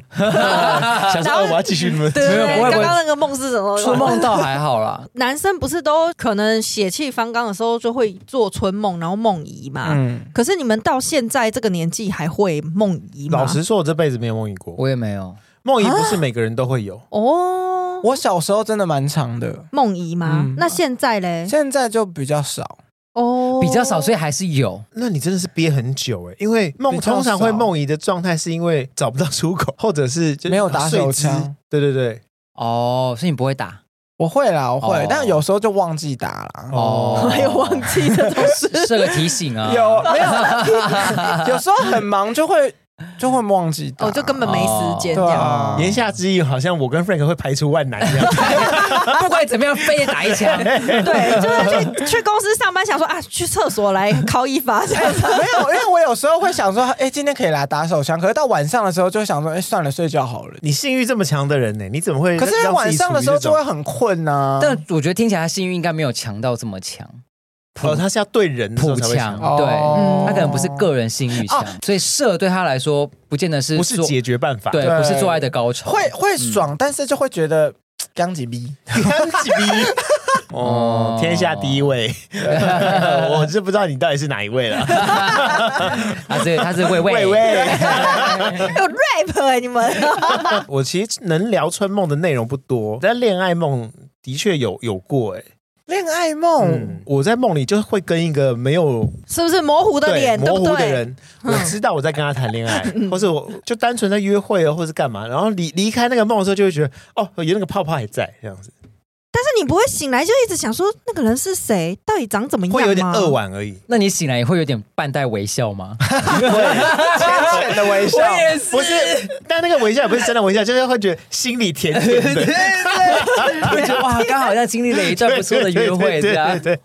Speaker 1: 想说哦我要继续吗？
Speaker 3: 对对
Speaker 4: 没有不会
Speaker 3: 对，刚
Speaker 4: 不会
Speaker 3: 刚那个梦是什么？
Speaker 4: 春梦倒还好啦，
Speaker 3: 男生不是都可能血气方刚的时候就会做春梦，然后梦遗嘛？
Speaker 2: 嗯，
Speaker 3: 可是你们到现在这个年纪还会梦遗吗？
Speaker 1: 老实说，我这辈子没有梦遗过，
Speaker 4: 我也啊没有。
Speaker 1: 梦遗不是每个人都会有。
Speaker 3: 哦，
Speaker 2: 我小时候真的蛮长的，
Speaker 3: 梦遗吗？
Speaker 2: 嗯
Speaker 3: 那现在嘞？
Speaker 2: 现在就比较少。
Speaker 3: 哦，
Speaker 4: 比较少，所以还是有。
Speaker 1: 那你真的是憋很久哎、因为梦
Speaker 2: 比较
Speaker 1: 通常
Speaker 2: 少
Speaker 1: 会梦遗的状态是因为找不到出口， 或者是就
Speaker 2: 没有打手枪
Speaker 1: 睡姿对对对，
Speaker 4: 哦，所以你不会打
Speaker 2: 我会啦，我会，
Speaker 4: 哦
Speaker 2: 但有时候就忘记打啦。
Speaker 1: 哦
Speaker 4: 哦，
Speaker 3: 我也忘记这种事。
Speaker 4: 设个提醒啊，
Speaker 2: 有没 有？有时候很忙就会就会忘记打，
Speaker 3: 哦，就根本没时间
Speaker 2: 对
Speaker 3: 这样。
Speaker 2: 啊，
Speaker 1: 言下之意好像我跟 Frank 会排除万难一样。
Speaker 4: 不 管怎么样，非得打一枪。
Speaker 1: 哦
Speaker 3: 对，就是去 去公司上班，想说啊，去厕所来敲一发这样子。
Speaker 2: 没有，因为我有时候会想说，哎，今天可以来打手枪，可是到晚上的时候就会想说，哎，算了，睡觉好了。
Speaker 1: 你性欲这么强的人呢、你怎么会
Speaker 2: 可
Speaker 1: 让自己处于这
Speaker 2: 是
Speaker 1: 种？
Speaker 2: 晚上的时候就会很困啊呐。
Speaker 4: 但我觉得听起来他幸运应该没有强到这么强，
Speaker 1: 哦，他是要对人的时
Speaker 4: 普
Speaker 1: 候才会
Speaker 4: 强，
Speaker 1: 强，
Speaker 2: 哦
Speaker 4: 对，
Speaker 2: 嗯
Speaker 4: 他可能不是个人性欲强，所以射对他来说不见得是
Speaker 1: 不是
Speaker 4: 做
Speaker 1: 解决办法。
Speaker 4: 对，
Speaker 2: 对
Speaker 4: 不是做爱的高潮，
Speaker 2: 会会爽，
Speaker 1: 嗯
Speaker 2: 但是就会觉得刚几逼。
Speaker 1: 几逼。哦
Speaker 4: 哦，
Speaker 1: 天下第一位，我是不知道你到底是哪 一位了。
Speaker 4: 他是啊他是 喂
Speaker 1: 喂
Speaker 4: 喂
Speaker 1: 喂，
Speaker 3: 有 rap 哎、你们
Speaker 1: 我其实能聊春梦的内容不多，但恋爱梦的确有有过哎、
Speaker 2: 恋爱梦
Speaker 1: 嗯，我在梦里就会跟一个没有
Speaker 3: 是不是模糊的
Speaker 1: 对
Speaker 3: 脸，对
Speaker 1: 模
Speaker 3: 不
Speaker 1: 糊的
Speaker 3: 对？
Speaker 1: 人，
Speaker 4: 嗯
Speaker 1: 我知道我在跟他谈恋 爱，或是我就单纯在约会哦，或是干嘛，然后离离开那个梦的时候，就会觉得哦，有那个泡泡还在这样子，
Speaker 3: 但是你不会醒来就一直想说那个人是谁，到底长怎么样吗？
Speaker 1: 会有点扼腕而 已。
Speaker 4: 那你醒来也会有点半带微笑吗？
Speaker 2: 浅浅的微 笑。
Speaker 4: 是
Speaker 1: 不是，但那个微笑也不是真的微笑，就是会觉得心里甜甜 的。
Speaker 4: 我觉得哇，刚好像经历了一段不错的约会，这
Speaker 1: 对
Speaker 4: 样
Speaker 1: 对。对，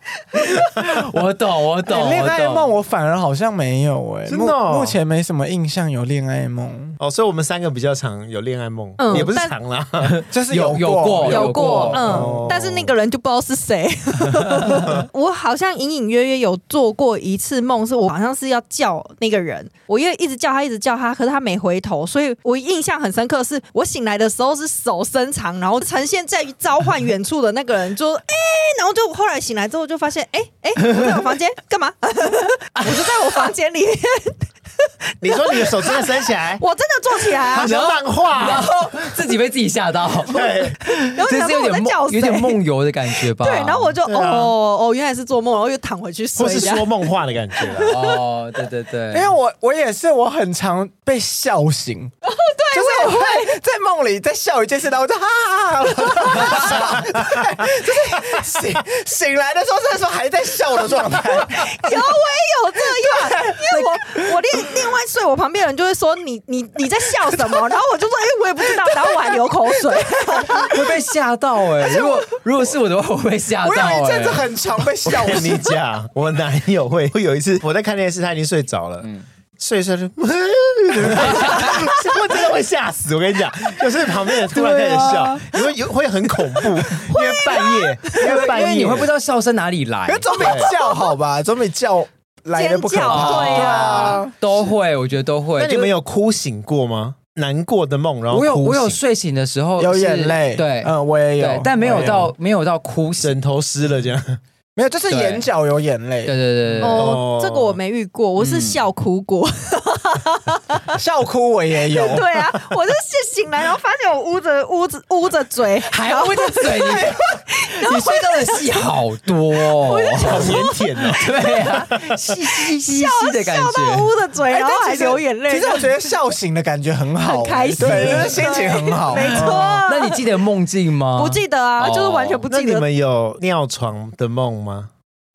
Speaker 4: 我懂，我
Speaker 2: 哎
Speaker 4: 懂，
Speaker 2: 恋爱梦
Speaker 4: 我懂。
Speaker 2: 我反而好像没有哎、
Speaker 1: 真的哦
Speaker 2: 目目前没什么印象有恋爱梦，
Speaker 1: 哦，所以我们三个比较常有恋爱梦，
Speaker 3: 嗯
Speaker 1: 也不是
Speaker 3: 但
Speaker 1: 常啦。
Speaker 2: 就是
Speaker 4: 有
Speaker 2: 有
Speaker 4: 有过
Speaker 2: 有
Speaker 3: 有过，嗯，
Speaker 1: 哦
Speaker 3: 但是那个人就不知道是谁。 我好像隐隐约约有做过一次梦，是我好像是要叫那个人，我因为一直叫他，一直叫他，可是他没回头，所以我印象很深刻是。我醒来的时候是手伸长，然后呈现在于召唤远处的那个人，就哎、然后就后来醒来之后就发现，哎、哎、我在我房间干 嘛？我就在我房间里面，，
Speaker 1: 你说你的手真的伸起来
Speaker 3: 我真的坐起来啊
Speaker 1: 好，像漫
Speaker 4: 然
Speaker 1: 画，
Speaker 4: 后自己被自己吓到，
Speaker 1: 对，
Speaker 3: 然后
Speaker 4: 这
Speaker 3: 想
Speaker 4: 是
Speaker 3: 说
Speaker 4: 有
Speaker 3: 我在
Speaker 4: 点
Speaker 3: 叫
Speaker 4: 梦，
Speaker 3: 谁？
Speaker 4: 有点梦游的感觉吧？
Speaker 3: 对，然后我就、
Speaker 1: 对啊
Speaker 3: 哦哦，原来是做梦，然后又躺回去睡
Speaker 1: 或是
Speaker 3: 这样
Speaker 1: 说梦话的感觉啦。
Speaker 4: 哦，对对对，
Speaker 2: 因为我我也是，我很常被笑醒，对，就是我会在梦里在笑一件事，然后我就哈哈哈哈，就是醒醒来的时候，那时候还在笑的状态，
Speaker 3: 有，我也有这样，因为我我另另外睡我旁边的人就会说你你你在笑什么，然后我就说哎、我也不知道，然后我还流口水。
Speaker 4: 会被吓到哎、如果如果是我的话，我会被吓
Speaker 2: 我
Speaker 4: 到
Speaker 2: 有一
Speaker 4: 哎、
Speaker 2: 阵子很常被笑
Speaker 1: 我跟
Speaker 2: 醒
Speaker 1: 你，讲，我男友会，我有一次我在看电视，他已经睡着了，
Speaker 4: 嗯
Speaker 1: 睡一睡就， 我真的会吓死。我跟你讲，就是旁边人突然开始笑，你会有会很 恐怖，因为半夜，因为半
Speaker 4: 因
Speaker 1: 夜
Speaker 4: 为啊你会不知道笑声哪里来
Speaker 2: 可，是总比叫好吧，总比叫来的不可
Speaker 3: 尖叫
Speaker 2: 怕，
Speaker 3: 对啊
Speaker 4: 都会，我觉得都会。
Speaker 1: 那你
Speaker 4: 就
Speaker 1: 们
Speaker 4: 是
Speaker 1: 有哭醒过吗？难过的梦，然后
Speaker 4: 我有
Speaker 1: 哭
Speaker 4: 我有
Speaker 1: 醒
Speaker 4: 睡醒的时候
Speaker 2: 有
Speaker 4: 是
Speaker 2: 眼泪，
Speaker 4: 对，
Speaker 2: 嗯，我也有
Speaker 4: 对，，但没
Speaker 2: 我
Speaker 4: 有
Speaker 2: 也
Speaker 4: 到没有到哭醒。
Speaker 1: 枕头湿了这 样。
Speaker 2: 没有，就是
Speaker 4: 对
Speaker 2: 眼角有眼
Speaker 4: 对
Speaker 2: 泪，
Speaker 4: 对对对对，
Speaker 1: 哦
Speaker 3: 哦，这个我没遇过，我是笑哭过。
Speaker 2: 笑哭我也有，
Speaker 3: 对啊，我就是醒来，然后发现我捂着捂着捂着嘴，
Speaker 4: 还要喂着嘴，你你睡觉的戏好多、哦，。
Speaker 1: 好腼腆哦
Speaker 4: 对 啊，嘻嘻嘻
Speaker 3: 笑
Speaker 4: 嘻的感
Speaker 3: 笑到
Speaker 4: 觉。
Speaker 3: 捂着嘴，
Speaker 2: 哎
Speaker 3: 然后
Speaker 2: 但
Speaker 3: 还
Speaker 2: 其实
Speaker 3: 流眼泪。
Speaker 2: 其实我觉得笑醒的感觉很好，哎
Speaker 3: 很开心
Speaker 2: 对，就是心情很好，
Speaker 3: 没错。
Speaker 4: 那你记得梦境吗？
Speaker 3: 不记得啊，
Speaker 4: 哦
Speaker 3: 就是完全不
Speaker 1: 那
Speaker 3: 记
Speaker 1: 你
Speaker 3: 得。
Speaker 1: 们有尿床的梦吗？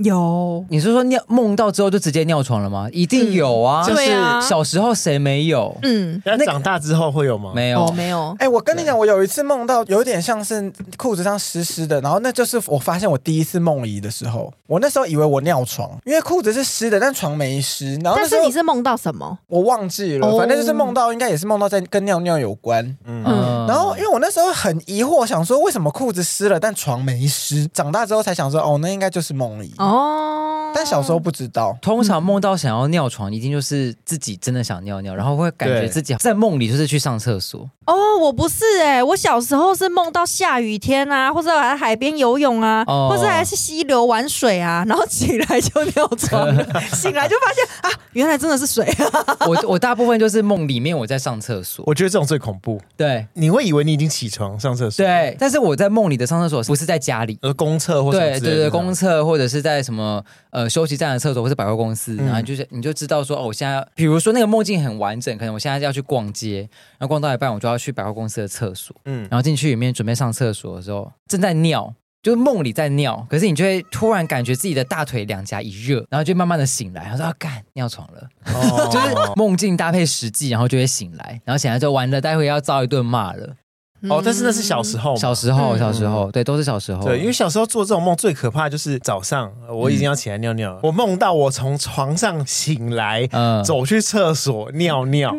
Speaker 3: 有
Speaker 4: 你是说尿梦到之后就直接尿床了吗？一定有啊，
Speaker 1: 就是
Speaker 3: 对啊
Speaker 4: 小时候谁没有？
Speaker 3: 嗯，
Speaker 1: 那长大之后会有吗？
Speaker 4: 没有，
Speaker 3: 哦，没有，
Speaker 2: 哎、我跟你讲，我有一次梦到有点像是裤子上湿湿的，然后那就是我发现我第一次梦遗的时候，我那时候以为我尿床，因为裤子是湿的，但床没湿。然后
Speaker 3: 但
Speaker 2: 那时
Speaker 3: 是
Speaker 2: 候
Speaker 3: 你是梦到什么？
Speaker 2: 我忘记了，
Speaker 3: 哦
Speaker 2: 反正就是梦到，应该也是梦到在跟尿尿有关。
Speaker 3: 嗯
Speaker 2: 然后因为我那时候很疑惑，想说为什么裤子湿了但床没湿？长大之后才想说，哦，那应该就是梦遗。
Speaker 3: 哦，
Speaker 2: 但小时候不知道，
Speaker 4: 通常梦到想要尿床，一定就是自己真的想尿尿，然后会感觉
Speaker 1: 对
Speaker 4: 自己在梦里就是去上厕 所。
Speaker 3: 哦，我不是哎、我小时候是梦到下雨天啊，或者我在海边游泳啊，
Speaker 4: 哦
Speaker 3: 或者还是溪流玩水啊，然后起来就尿床 了，醒来就发现啊，原来真的是水啊，
Speaker 4: 我我大部分就是梦里面我在上厕所，
Speaker 1: 我觉得这种最恐怖，
Speaker 4: 对
Speaker 1: 你会以为你已经起床上厕所，，
Speaker 4: 对，但是我在梦里的上厕所不是在家里。
Speaker 1: 呃，公厕或什么
Speaker 4: 对
Speaker 1: 之
Speaker 4: 对
Speaker 1: 类的
Speaker 4: 对，公厕或者是在什么呃休息站的厕所，或是百货公司，
Speaker 1: 嗯
Speaker 4: 然后就是你就知道说哦，我现在比如说那个梦境很完整，可能我现在要去逛街，然后逛到一半我就要去百货公司的厕所，
Speaker 1: 嗯，
Speaker 4: 然后进去里面准备上厕所的时候，正在尿，就是梦里在尿，可是你就会突然感觉自己的大腿两颊一热，然后就慢慢的醒来，然后说啊干尿床了，
Speaker 1: 哦
Speaker 4: 就是梦境搭配实际，然后就会醒来，然后醒来就完了，待会要遭一顿骂了。
Speaker 1: 哦，但是那是小时候嘛，
Speaker 4: 小时候，
Speaker 3: 嗯
Speaker 4: 小时候，对，都是小时候，嗯
Speaker 1: 对，因为小时候做这种梦最可怕的就是早上呃我已经要起来尿尿了，我梦到我从床上醒来，
Speaker 4: 嗯
Speaker 1: 走去厕所尿 尿。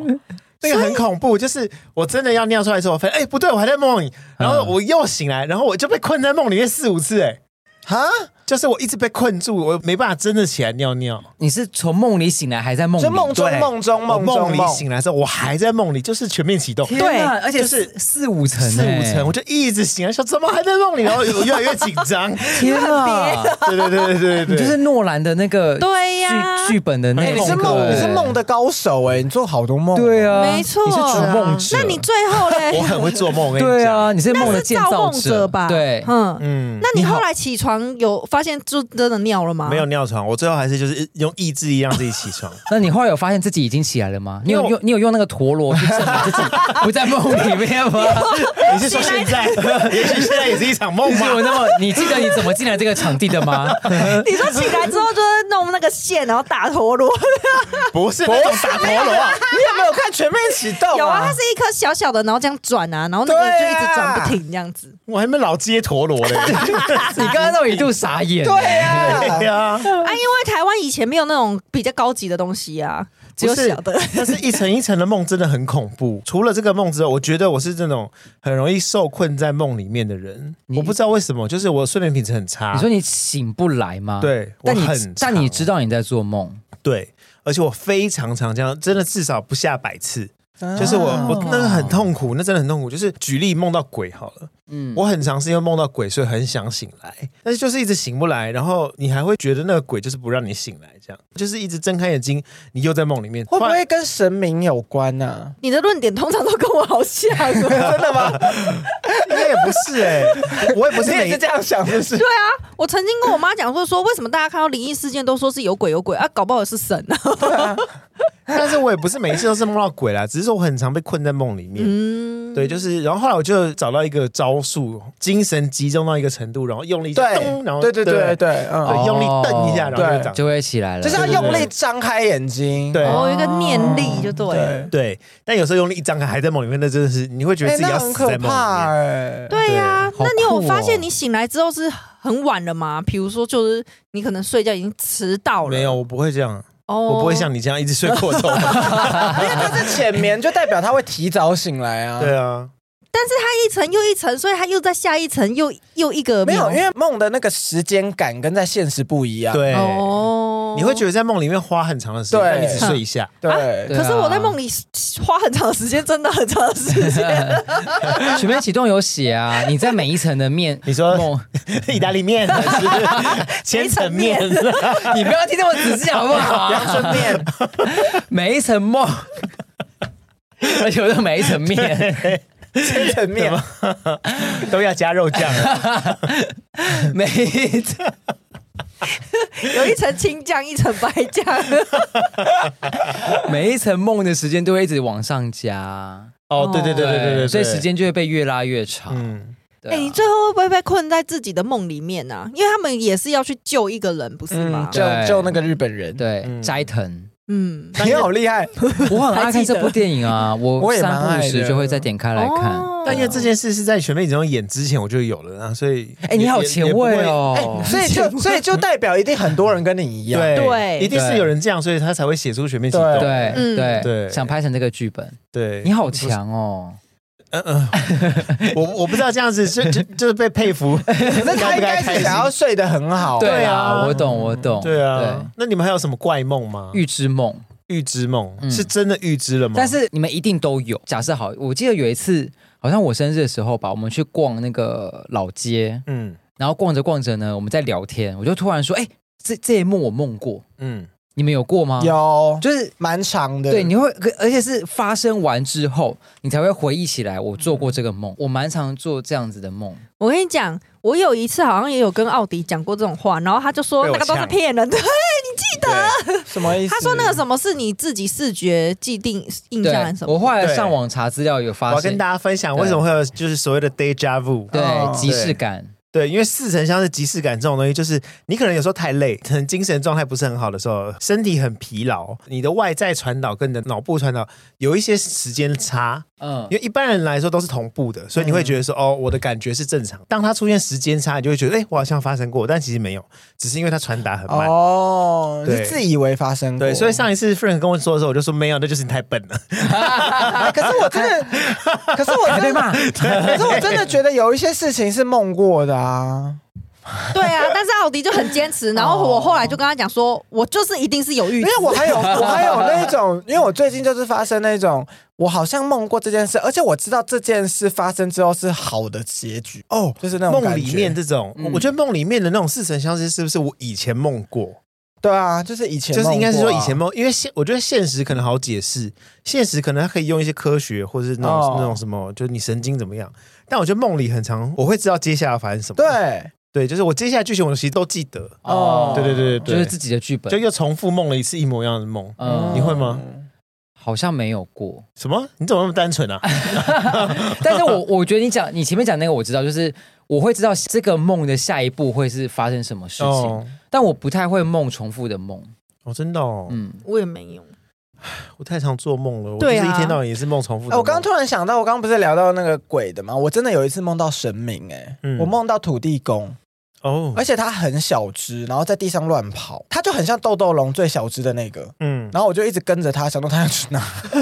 Speaker 1: 那个很恐怖，就是我真的要尿出来的时候，我发现哎、不对，我还在梦里，然
Speaker 4: 嗯
Speaker 1: 后我又醒来，然后我就被困在梦里面四五次、哎，
Speaker 2: 哈，
Speaker 1: 就是我一直被困住，我没办法真的起来尿尿。
Speaker 4: 你是从梦里醒来，还在梦里，
Speaker 2: 就梦中
Speaker 1: 对
Speaker 2: 梦中
Speaker 1: 我
Speaker 2: 梦中
Speaker 1: 梦里
Speaker 2: 梦，
Speaker 1: 醒来之后，我还在梦里，就是全面启动。
Speaker 4: 天哪
Speaker 3: 对
Speaker 4: 而且
Speaker 1: 就是
Speaker 4: 是四五层，
Speaker 1: 四五
Speaker 4: 欸
Speaker 1: 层，我就一直醒来，说怎么还在梦里？然后我越来越紧张。
Speaker 4: 天啊，
Speaker 1: 对对对对对对，
Speaker 4: 你就是诺兰的那个
Speaker 3: 对呀
Speaker 4: 剧剧本的那
Speaker 1: 哎
Speaker 4: 个，
Speaker 2: 你是梦，
Speaker 4: 欸
Speaker 2: 你是梦的高手哎、你做好多梦，
Speaker 4: 对啊，
Speaker 3: 没错啊
Speaker 4: 你是逐梦者，
Speaker 3: 那你最后嘞
Speaker 1: 我，很会做梦，我跟你
Speaker 4: 哎对
Speaker 1: 讲。
Speaker 4: 啊，你是梦
Speaker 3: 那
Speaker 4: 的
Speaker 3: 是
Speaker 4: 建
Speaker 3: 造
Speaker 4: 造
Speaker 3: 梦者吧？
Speaker 4: 对，
Speaker 3: 嗯，
Speaker 1: 嗯，
Speaker 3: 那你后来起床有发现就真的尿了吗？
Speaker 1: 没有，尿床，我最后还是就是用意志力让自己起 床。
Speaker 4: 那你后来有发现自己已经起来了吗？你
Speaker 1: 因为
Speaker 4: 有
Speaker 1: 我
Speaker 4: 用你有用那个陀螺去证明自己不在梦里面吗？
Speaker 1: 你是说现在？ 也许现在也是一场梦
Speaker 4: 你有
Speaker 1: 吗？
Speaker 4: 那么你记得你怎么进来这个场地的吗？
Speaker 3: 你说起来之后就是弄那个线，然后打 陀螺，
Speaker 1: 不是那种打陀螺啊，
Speaker 2: 你有没有看《全面启动》？
Speaker 3: 有啊，它是一颗小小的，然后这样转啊，然后那个
Speaker 2: 对
Speaker 3: 就一
Speaker 2: 啊
Speaker 3: 直转不停这样子。
Speaker 1: 我还没老接陀螺嘞。
Speaker 4: 你刚刚那么一度傻眼、
Speaker 2: 对呀、
Speaker 1: 对呀，
Speaker 3: 啊，因为台湾以前没有那种比较高级的东西啊，只有
Speaker 1: 不是
Speaker 3: 小的。
Speaker 1: 但是一层一层的梦真的很恐怖。除了这个梦之外，我觉得我是这种很容易受困在梦里面的人。
Speaker 4: 你
Speaker 1: 我不知道为什么，就是我睡眠品质很差。
Speaker 4: 你说你醒不来吗？，
Speaker 1: 对，
Speaker 4: 但
Speaker 1: 我
Speaker 4: 你
Speaker 1: 很
Speaker 4: 但你
Speaker 1: 常
Speaker 4: 知道你在做梦，
Speaker 1: 对，而且我非常常这样，真的至少不下百次。 就是我我那个很痛苦，那真的很痛苦。就是举例梦到鬼好了，
Speaker 4: 嗯，
Speaker 1: 我很常是因为梦到鬼，所以很想醒来，但是就是一直醒不来，然后你还会觉得那个鬼就是不让你醒来，这样就是一直睁开眼睛，你又在梦里面。
Speaker 2: 会不
Speaker 1: 突然
Speaker 2: 会跟神明有关呢、
Speaker 3: 你的论点通常都跟我好像 哦
Speaker 2: 真的吗？
Speaker 1: 应该也不是 哎、我也不
Speaker 2: 不
Speaker 1: 是
Speaker 2: 是
Speaker 1: 每
Speaker 2: 也
Speaker 1: 一
Speaker 2: 是这样想，就是
Speaker 3: 对啊，我曾经跟我妈讲说，说为什么大家看到灵异事件都说是有鬼有鬼啊，搞不好是神啊。
Speaker 1: 但是我也不是每一次都是梦到鬼啦，只是说我很常被困在梦里面。嗯对，就是，然后后来我就找到一个招数，精神集中到一个程度，然后用力就
Speaker 2: 对
Speaker 1: 咚，然后
Speaker 2: 对对对对，嗯，
Speaker 1: 对用力瞪一下，
Speaker 4: 哦
Speaker 1: 然后就
Speaker 2: 对
Speaker 1: 长。
Speaker 4: 就会起来了，
Speaker 2: 就是要
Speaker 1: 对对
Speaker 2: 用
Speaker 1: 对
Speaker 2: 力张开眼睛。
Speaker 1: 对
Speaker 3: 哦
Speaker 1: 哦
Speaker 3: 我有一个念力就对了。
Speaker 2: 对，
Speaker 1: 对，但有时候用力一张开还在梦里面，那真的是你会觉得
Speaker 2: 哎，
Speaker 1: 自己要
Speaker 2: 那很
Speaker 1: 死
Speaker 2: 可
Speaker 1: 在梦里
Speaker 2: 怕
Speaker 1: 面。
Speaker 2: 哎。
Speaker 3: 对呀、
Speaker 4: 对
Speaker 3: 那你
Speaker 4: 好
Speaker 3: 有
Speaker 4: 酷哦
Speaker 3: 发现你醒来之后是很晚了吗？比如说，就是你可能睡觉已经迟到 了，
Speaker 1: 没有，我不会这样，
Speaker 3: 哦，
Speaker 1: 我不会像你这样一直睡过头。啊
Speaker 2: 因为它是浅眠，就代表他会提早醒来啊。
Speaker 1: 对，啊，
Speaker 3: 它一层又一层，所以它又在下一层又又一个
Speaker 2: 没有，因
Speaker 3: 为
Speaker 2: 为梦的那个时间感跟在现实不一样。
Speaker 1: 对，
Speaker 3: 哦，
Speaker 1: 你会觉得在梦里面花很长的时间，
Speaker 2: 对
Speaker 1: 但你只睡一下。
Speaker 2: 对
Speaker 4: 对
Speaker 3: 可是我
Speaker 1: 啊
Speaker 3: 在梦里花很长的时间，真的很长的时间。
Speaker 4: 全面启动有写啊，你在每一层的面，
Speaker 1: 你说
Speaker 4: 梦，
Speaker 1: 意大利面还是千层面？
Speaker 4: 你不要听那么仔细好不 好？阳春面，每一层梦，而且我的每一层 面，
Speaker 2: 千层面嘛，
Speaker 1: 都要加肉酱。啊
Speaker 4: 每一层
Speaker 3: 有一层青酱，一层白酱。
Speaker 4: 每一层梦的时间都会一直往上加，
Speaker 1: 哦，对对对对对对，
Speaker 4: 所以时间就会被越拉越长。
Speaker 1: 嗯，
Speaker 4: 对
Speaker 3: 哎、
Speaker 4: 啊
Speaker 3: 你最后会不会被困在自己的梦里面呢、啊？因为他们也是要去救一个人，不是吗
Speaker 2: 嗯，？就
Speaker 4: 对
Speaker 2: 就那个日本人，
Speaker 4: 对
Speaker 1: 嗯
Speaker 4: 斋藤，
Speaker 3: 嗯，
Speaker 2: 你好厉害，
Speaker 4: 我很爱看这部电影啊，我
Speaker 2: 我也蛮
Speaker 4: 三不五
Speaker 2: 爱
Speaker 4: 时
Speaker 2: 的
Speaker 4: 就会再点开来看。
Speaker 3: 哦
Speaker 1: 但因为这件事是在全面启动演之前我就有了啊，所以
Speaker 4: 哎，你好前卫，
Speaker 1: 哎
Speaker 3: 嗯
Speaker 4: 哦！
Speaker 2: 所以就 所以就代表一定很多人跟你一
Speaker 1: 也
Speaker 2: 样。
Speaker 1: 也不会对，
Speaker 3: 对
Speaker 1: 一定是有人这样，所以他才会写出全面启动。
Speaker 4: 对
Speaker 3: 嗯
Speaker 4: 对
Speaker 1: 对
Speaker 4: 想拍成这个剧本，
Speaker 1: 对，
Speaker 4: 你好强哦！
Speaker 1: 嗯嗯，我我不知道这样子就就就是被佩服，
Speaker 2: 可是他应该是想要睡得很好。
Speaker 1: 对啊
Speaker 4: 啊，我懂我懂。
Speaker 1: 对啊。那你们还有什么怪梦吗？
Speaker 4: 预知梦，
Speaker 1: 预知梦
Speaker 4: 嗯
Speaker 1: 是真的预知了吗？
Speaker 4: 但是你们一定都有。假设好，我记得有一次，好像我生日的时候吧，我们去逛那个老街，
Speaker 1: 嗯
Speaker 4: 然后逛着逛着呢，我们在聊天，我就突然说：“哎、这这一幕我梦过，
Speaker 1: 嗯
Speaker 4: 你们有过吗？”，
Speaker 2: 有
Speaker 4: 就是
Speaker 2: 蛮长的。
Speaker 4: 对，你会，可而且是发生完之后，你才会回忆起来，我做过这个
Speaker 1: 嗯
Speaker 4: 梦，我蛮常做这样子的梦。
Speaker 3: 我跟你讲，我有一次好像也有跟奥迪讲过这种话，然后他就说
Speaker 1: 被我
Speaker 3: 那个都是
Speaker 1: 呛
Speaker 3: 骗人的。
Speaker 1: 对，
Speaker 2: 什么意思？
Speaker 3: 他说那个什么是你自己视觉既定印
Speaker 4: 对
Speaker 3: 象嗯还是，什
Speaker 4: 我
Speaker 3: 么？
Speaker 4: 后来
Speaker 1: 对
Speaker 4: 上网查资料，有
Speaker 1: 我
Speaker 4: 发
Speaker 1: 要
Speaker 4: 现
Speaker 1: 跟，大家分享为什么会有就是所谓的 deja vu。
Speaker 2: 哦
Speaker 4: 对，即
Speaker 1: 对
Speaker 4: 视感，
Speaker 1: 对，因为似曾相识、即视感这种东西，就是你可能有时候太累， 可能精神状态不是很好的时候，身体很疲劳，你的外在传导跟你的脑部传导有一些时间差，
Speaker 4: 嗯
Speaker 1: 因，为一般人来说都是同步的，所以
Speaker 2: 嗯
Speaker 1: 你会觉得说，哦，我的感觉是正常。当它出现时间差，你就会觉得，哎，我好像发生过，但其实没有，只是因为它传达很慢。
Speaker 2: 哦，
Speaker 1: 对
Speaker 2: 是自以为发生过。
Speaker 1: 对，所以上一次 Frank 跟我说的时候，我就说没有，那就是你太笨了。
Speaker 2: 哎可是我真 的，可是我真的，可是我真的觉得有一些事情是梦过的啊。
Speaker 3: 对啊，但是奥迪就很坚持，然后我后来就跟他讲说，我就是一定是有预
Speaker 2: 因
Speaker 3: 知
Speaker 2: 为。我还有我还有那种，因为我最近就是发生那种，我好像梦过这件事，而且我知道这件事发生之后是好的结局，
Speaker 1: 哦，
Speaker 2: 就是那种
Speaker 1: 梦
Speaker 2: 感
Speaker 1: 里
Speaker 2: 觉
Speaker 1: 面这种，
Speaker 4: 嗯
Speaker 1: 我觉得梦里面的那种似曾相识，是不是我以前梦过？
Speaker 2: 对啊，就是以前、啊
Speaker 1: 就是应该是说以前，梦，因为现我觉得现实可能好解释，现实可能它可以用一些科学或是那种、
Speaker 2: 哦
Speaker 1: 那种什么，就是你神经怎么样。但我觉得梦里很长，我会知道接下来发生什么。
Speaker 2: 对，
Speaker 1: 对，就是我接下来剧情我其实都记得，
Speaker 2: 哦
Speaker 1: 对对对对对
Speaker 4: 就是自己的剧
Speaker 1: 就
Speaker 4: 本，
Speaker 1: 又重复梦了一次一模一样的梦。
Speaker 4: 嗯，
Speaker 1: 你会吗？
Speaker 4: 好像没有过。
Speaker 1: 什么？你怎么那么单 纯啊？
Speaker 4: 但是我 我觉得你讲你前面讲那个我知道，就是我会知道这个梦的下一步会是发生什么事情，
Speaker 1: 哦，
Speaker 4: 但我不太会梦重复的梦。
Speaker 1: 哦，真的哦，
Speaker 4: 嗯，
Speaker 3: 我也没有，
Speaker 1: 我太常做梦了，我就是
Speaker 3: 对啊
Speaker 1: 一天到晚也是梦重复
Speaker 2: 哎，
Speaker 1: 的梦。
Speaker 2: 我刚刚突然想到，我刚刚不是聊到那个鬼的吗？我真的有一次梦到神明、哎、
Speaker 1: 嗯
Speaker 2: 我梦到土地公，
Speaker 1: 哦，
Speaker 2: 而且它很小只，然后在地上乱跑，它就很像豆豆龙最小只的那个。
Speaker 1: 嗯，
Speaker 2: 然后我就一直跟着它，想到它要去哪。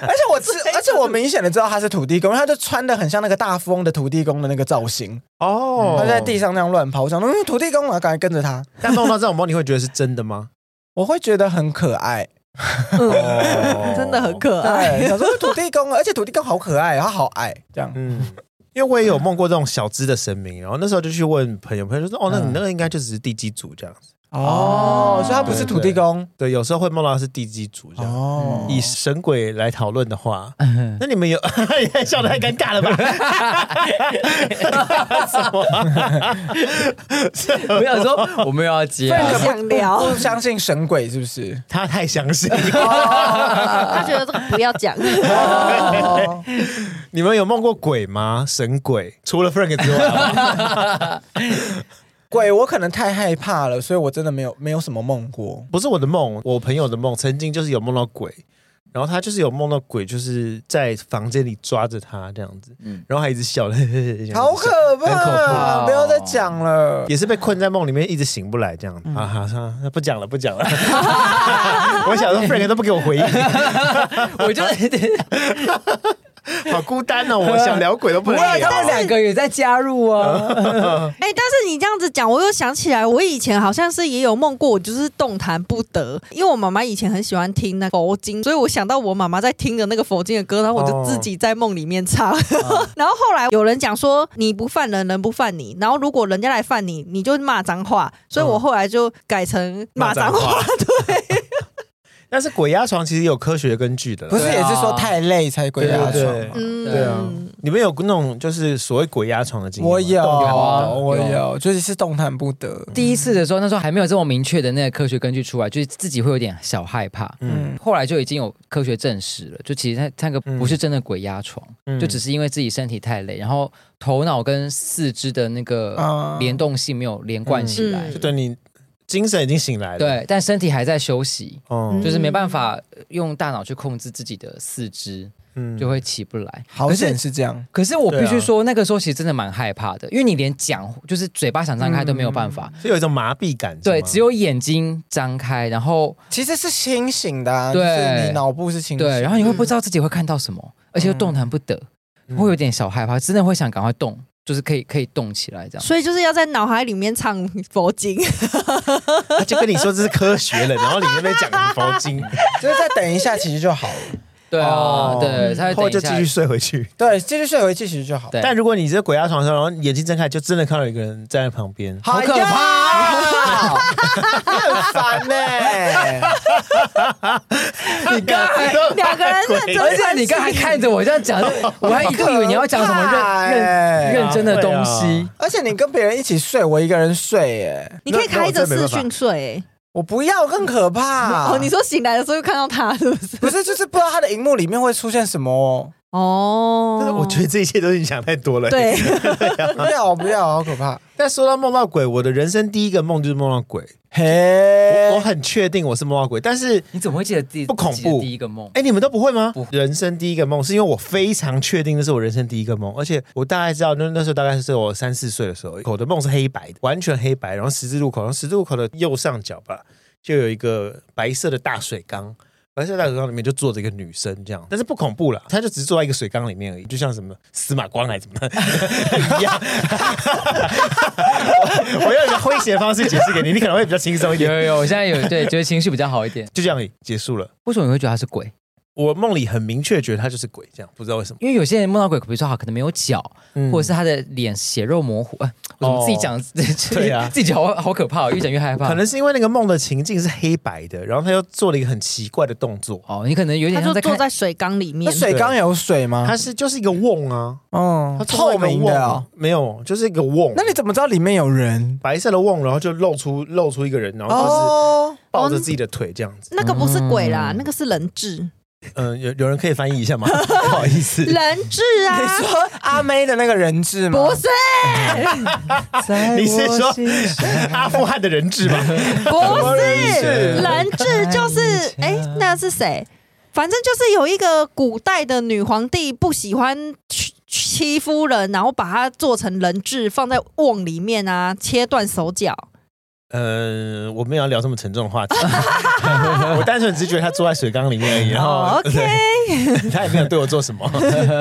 Speaker 2: 而且我知，而且我明显的知道它是土地公，它就穿的很像那个大富翁的土地公的那个造型，
Speaker 1: 哦，
Speaker 2: 它就在地上那样乱跑。我想说，嗯，土地公，我赶快跟着它。
Speaker 1: 但弄到这种猫，你会觉得是真的 吗？
Speaker 2: 我会觉得很可爱，哎
Speaker 3: 嗯，
Speaker 1: 哦
Speaker 3: 真的很可爱。
Speaker 2: 对，想说嗯土地公，而且土地公好可爱，它好矮，这样。
Speaker 1: 嗯，因为我也有梦过这种小只的神明，然后那时候就去问朋友，朋友就说：“哦，那
Speaker 2: 嗯
Speaker 1: 你那个应该就只是地基主这样子。
Speaker 2: 哦，所以它不是土地公”
Speaker 1: 对，有时候会梦到是地基主这样。
Speaker 2: 哦嗯
Speaker 1: 以神鬼来讨论的话，那你们有 笑得太尴尬了吧？ 什么啊？
Speaker 4: 我想说我没有要接、
Speaker 3: 不
Speaker 4: 啊，
Speaker 3: 想聊，
Speaker 2: 不相信神鬼是不是？
Speaker 1: 他太相信。
Speaker 3: 他觉得这个不要讲。
Speaker 2: 哦，
Speaker 1: 你们有梦过鬼吗？神鬼除了 Frank 之外，
Speaker 2: 鬼我可能太害怕了，所以我真的没有没有什么梦过。
Speaker 1: 不是我的梦，我朋友的梦，曾经就是有梦到鬼，然后他就是有梦到鬼，就是在房间里抓着他这样子，
Speaker 4: 嗯
Speaker 1: 然后还一直笑，
Speaker 2: 好可怕，啊
Speaker 1: 很可
Speaker 4: 怕哦
Speaker 2: 不要再讲了。
Speaker 1: 也是被困在梦里面，一直醒不来这样。啊哈，哈那不讲了，不讲了。我想说，Frank 都不给我回应，
Speaker 4: 我就
Speaker 1: 好孤单哦。我想聊鬼都不
Speaker 4: 我
Speaker 1: 能聊。
Speaker 4: 有两个也在加入 啊，
Speaker 3: 哎、但是你这样子讲，我又想起来，我以前好像是也有梦过，我就是动弹不得。因为我妈妈以前很喜欢听那佛经，所以我想到我妈妈在听的那个佛经的歌，然后我就
Speaker 1: 哦
Speaker 3: 自己在梦里面唱。 然后后来有人讲说，你不犯人，人不犯你。然后如果人家来犯你，你就骂脏话。所以我后来就改成骂脏话。
Speaker 1: 嗯骂
Speaker 3: 对，
Speaker 1: 但是鬼压床其实有科学根据的啦，
Speaker 2: 不是，
Speaker 4: 对
Speaker 2: 也
Speaker 4: 啊
Speaker 2: 是说太累才鬼压
Speaker 1: 对
Speaker 2: 床
Speaker 1: 对
Speaker 2: 吗。
Speaker 3: 嗯
Speaker 1: 对啊，你们有那种就是所谓鬼压床的经验吗？
Speaker 2: 我有，
Speaker 1: 动摇
Speaker 4: 嗯啊
Speaker 2: 我
Speaker 4: 有
Speaker 2: 有，就是是动弹不得。
Speaker 4: 第一次的时候，那时候还没有这么明确的那个科学根据出来，就是自己会有点小害怕。
Speaker 1: 嗯
Speaker 2: 嗯，
Speaker 4: 后来就已经有科学证实了，就其实它它那个不是真的鬼压床，
Speaker 1: 嗯
Speaker 4: 就只是因为自己身体太累，然后头脑跟四肢的那个
Speaker 2: 啊
Speaker 4: 呃联动性没有连贯起来，
Speaker 3: 嗯
Speaker 1: 就等你精神已经醒来了。，
Speaker 4: 对，但身体还在休息，
Speaker 1: 哦，
Speaker 4: 就是没办法用大脑去控制自己的四肢，
Speaker 1: 嗯
Speaker 4: 就会起不来。
Speaker 2: 好
Speaker 4: 可是
Speaker 2: 险是这样。
Speaker 4: 可是我必
Speaker 1: 对啊
Speaker 4: 须说，那个时候其实真的蛮害怕的，因为你连讲就是嘴巴想张开都没有办法，
Speaker 1: 就有一种麻痹感。
Speaker 4: 对，
Speaker 1: 嗯是吗
Speaker 4: 只有眼睛张开，然后
Speaker 2: 其实是清醒的啊，
Speaker 4: 对
Speaker 2: 就是你脑部是清醒的。
Speaker 4: 对，然后你会不知道自己会看到什么，而且又动弹不得，
Speaker 1: 嗯
Speaker 4: 会有点小害怕，真的会想赶快动，就是可以可以动起来这样。
Speaker 3: 所以就是要在脑海里面唱佛经，
Speaker 1: 他啊就跟你说这是科学了，然后你那边讲佛 经，
Speaker 2: 就是再等一下，其实就好了。
Speaker 4: 对啊
Speaker 1: 哦，
Speaker 4: 对，他会
Speaker 1: 或
Speaker 4: 等
Speaker 1: 者就
Speaker 4: 一
Speaker 1: 继
Speaker 4: 下
Speaker 1: 续。睡回去。
Speaker 2: 对，继续睡回去其实就好。
Speaker 4: 对
Speaker 1: 但如果你在鬼压床的时候，然后眼睛睁开，就真的看到有一个人站在旁边，
Speaker 4: 好可
Speaker 2: 怕，很烦呢、
Speaker 1: 你刚才都
Speaker 3: 两个人认真
Speaker 4: 而且你刚才看着我这样讲， 我还一度以为你要讲什
Speaker 2: 好可怕
Speaker 4: 么认
Speaker 2: 欸
Speaker 1: 哎
Speaker 4: 认认真的东西。
Speaker 1: 啊
Speaker 2: 而且你跟别人一起睡，我一个人睡、哎，
Speaker 3: 你可以
Speaker 1: 那那我
Speaker 3: 开着
Speaker 1: 真的没
Speaker 3: 视
Speaker 1: 办法啊
Speaker 3: 讯睡、欸
Speaker 2: 我不要，更可怕。
Speaker 3: 哦，你说醒来的时候又看到他，是不是？
Speaker 2: 不是，就是不知道他的荧幕里面会出现什么哦、
Speaker 1: 但是
Speaker 3: 哦，
Speaker 1: 我觉得这一切都是你想太多了。， 啊
Speaker 3: 对，
Speaker 2: 不要，不要，好可 怕。
Speaker 1: 但说到梦到鬼，我的人生第一个梦就是梦到鬼，
Speaker 2: 嘿，
Speaker 1: 我我很确定我是梦到鬼，但是。
Speaker 4: 你怎么会记得自己
Speaker 1: 不恐怖
Speaker 4: 自己的第一个梦？
Speaker 1: 哎，你们都不会吗
Speaker 4: 不？
Speaker 1: 人生第一个梦是因为我非常确定那是我人生第一个梦，而且我大概知道那那时候大概是我三四岁的时候，我的梦是黑白的，完全黑白。然后十字路口，然后十字路口的右上角吧，就有一个白色的大水缸，白色的大水缸里面就坐着一个女生这样，但是不恐怖啦，她就只是坐在一个水缸里面而已，就像什么司马光还是怎么的一样。 我我用一个诙谐的方式解释给你，你可能会比较轻松一
Speaker 4: 有
Speaker 1: 点。
Speaker 4: 有有，我现在有对，觉得情绪比较好一点。
Speaker 1: 就这样结束了。
Speaker 4: 为什么你会觉得他是鬼？
Speaker 1: 我梦里很明确觉得她就是鬼，这样不知道为什么，
Speaker 4: 因为有些人梦到鬼，比如说好，可能没有脚，
Speaker 1: 嗯
Speaker 4: 或者是他的脸血肉模糊。呃我怎么自己 讲？
Speaker 1: 对啊
Speaker 4: 自己好好可怕哦，越讲越害怕。
Speaker 1: 可能是因为那个梦的情境是黑白的，然后他又做了一个很奇怪的动作，
Speaker 4: 哦，你可能有
Speaker 3: 他
Speaker 4: 点像
Speaker 3: 就
Speaker 4: 在
Speaker 3: 坐
Speaker 4: 看
Speaker 3: 在水缸里
Speaker 2: 那
Speaker 3: 面，
Speaker 2: 水缸有水吗
Speaker 1: 它？是就是一个瓮啊，它
Speaker 2: 嗯，
Speaker 1: 做
Speaker 2: 透
Speaker 1: 了一
Speaker 2: 明
Speaker 1: 个瓮
Speaker 2: 的、哦。
Speaker 1: 没有，就是一个瓮
Speaker 2: 那，你怎么知道里面有人？
Speaker 1: 白色的瓮，然后就露出露出一个人，然后就是
Speaker 2: 哦，
Speaker 1: 抱着自己的腿这样子。
Speaker 3: 那个不是鬼啦，那个是人质，
Speaker 1: 嗯，有有人可以翻译一下吗？不好意思，
Speaker 3: 人质
Speaker 2: 你
Speaker 3: 啊，
Speaker 2: 说阿妹的那个人质吗？
Speaker 3: 不是，
Speaker 4: 在
Speaker 1: 你是说
Speaker 4: 我心上
Speaker 1: 阿富汗的人质吧？
Speaker 3: 不是，
Speaker 1: 是
Speaker 3: 人质就是
Speaker 4: 看
Speaker 3: 哎
Speaker 4: 一下，
Speaker 3: 那是谁？反正就是有一个古代的女皇帝不喜欢去去欺负人，然后把它做成人质放在瓮里面啊，切断手脚。
Speaker 1: 呃，我没有要聊这么沉重的话题， 我单纯只是觉得他坐在水缸里面而已，然后
Speaker 3: 哦 OK，
Speaker 1: 他也没有对我做什么，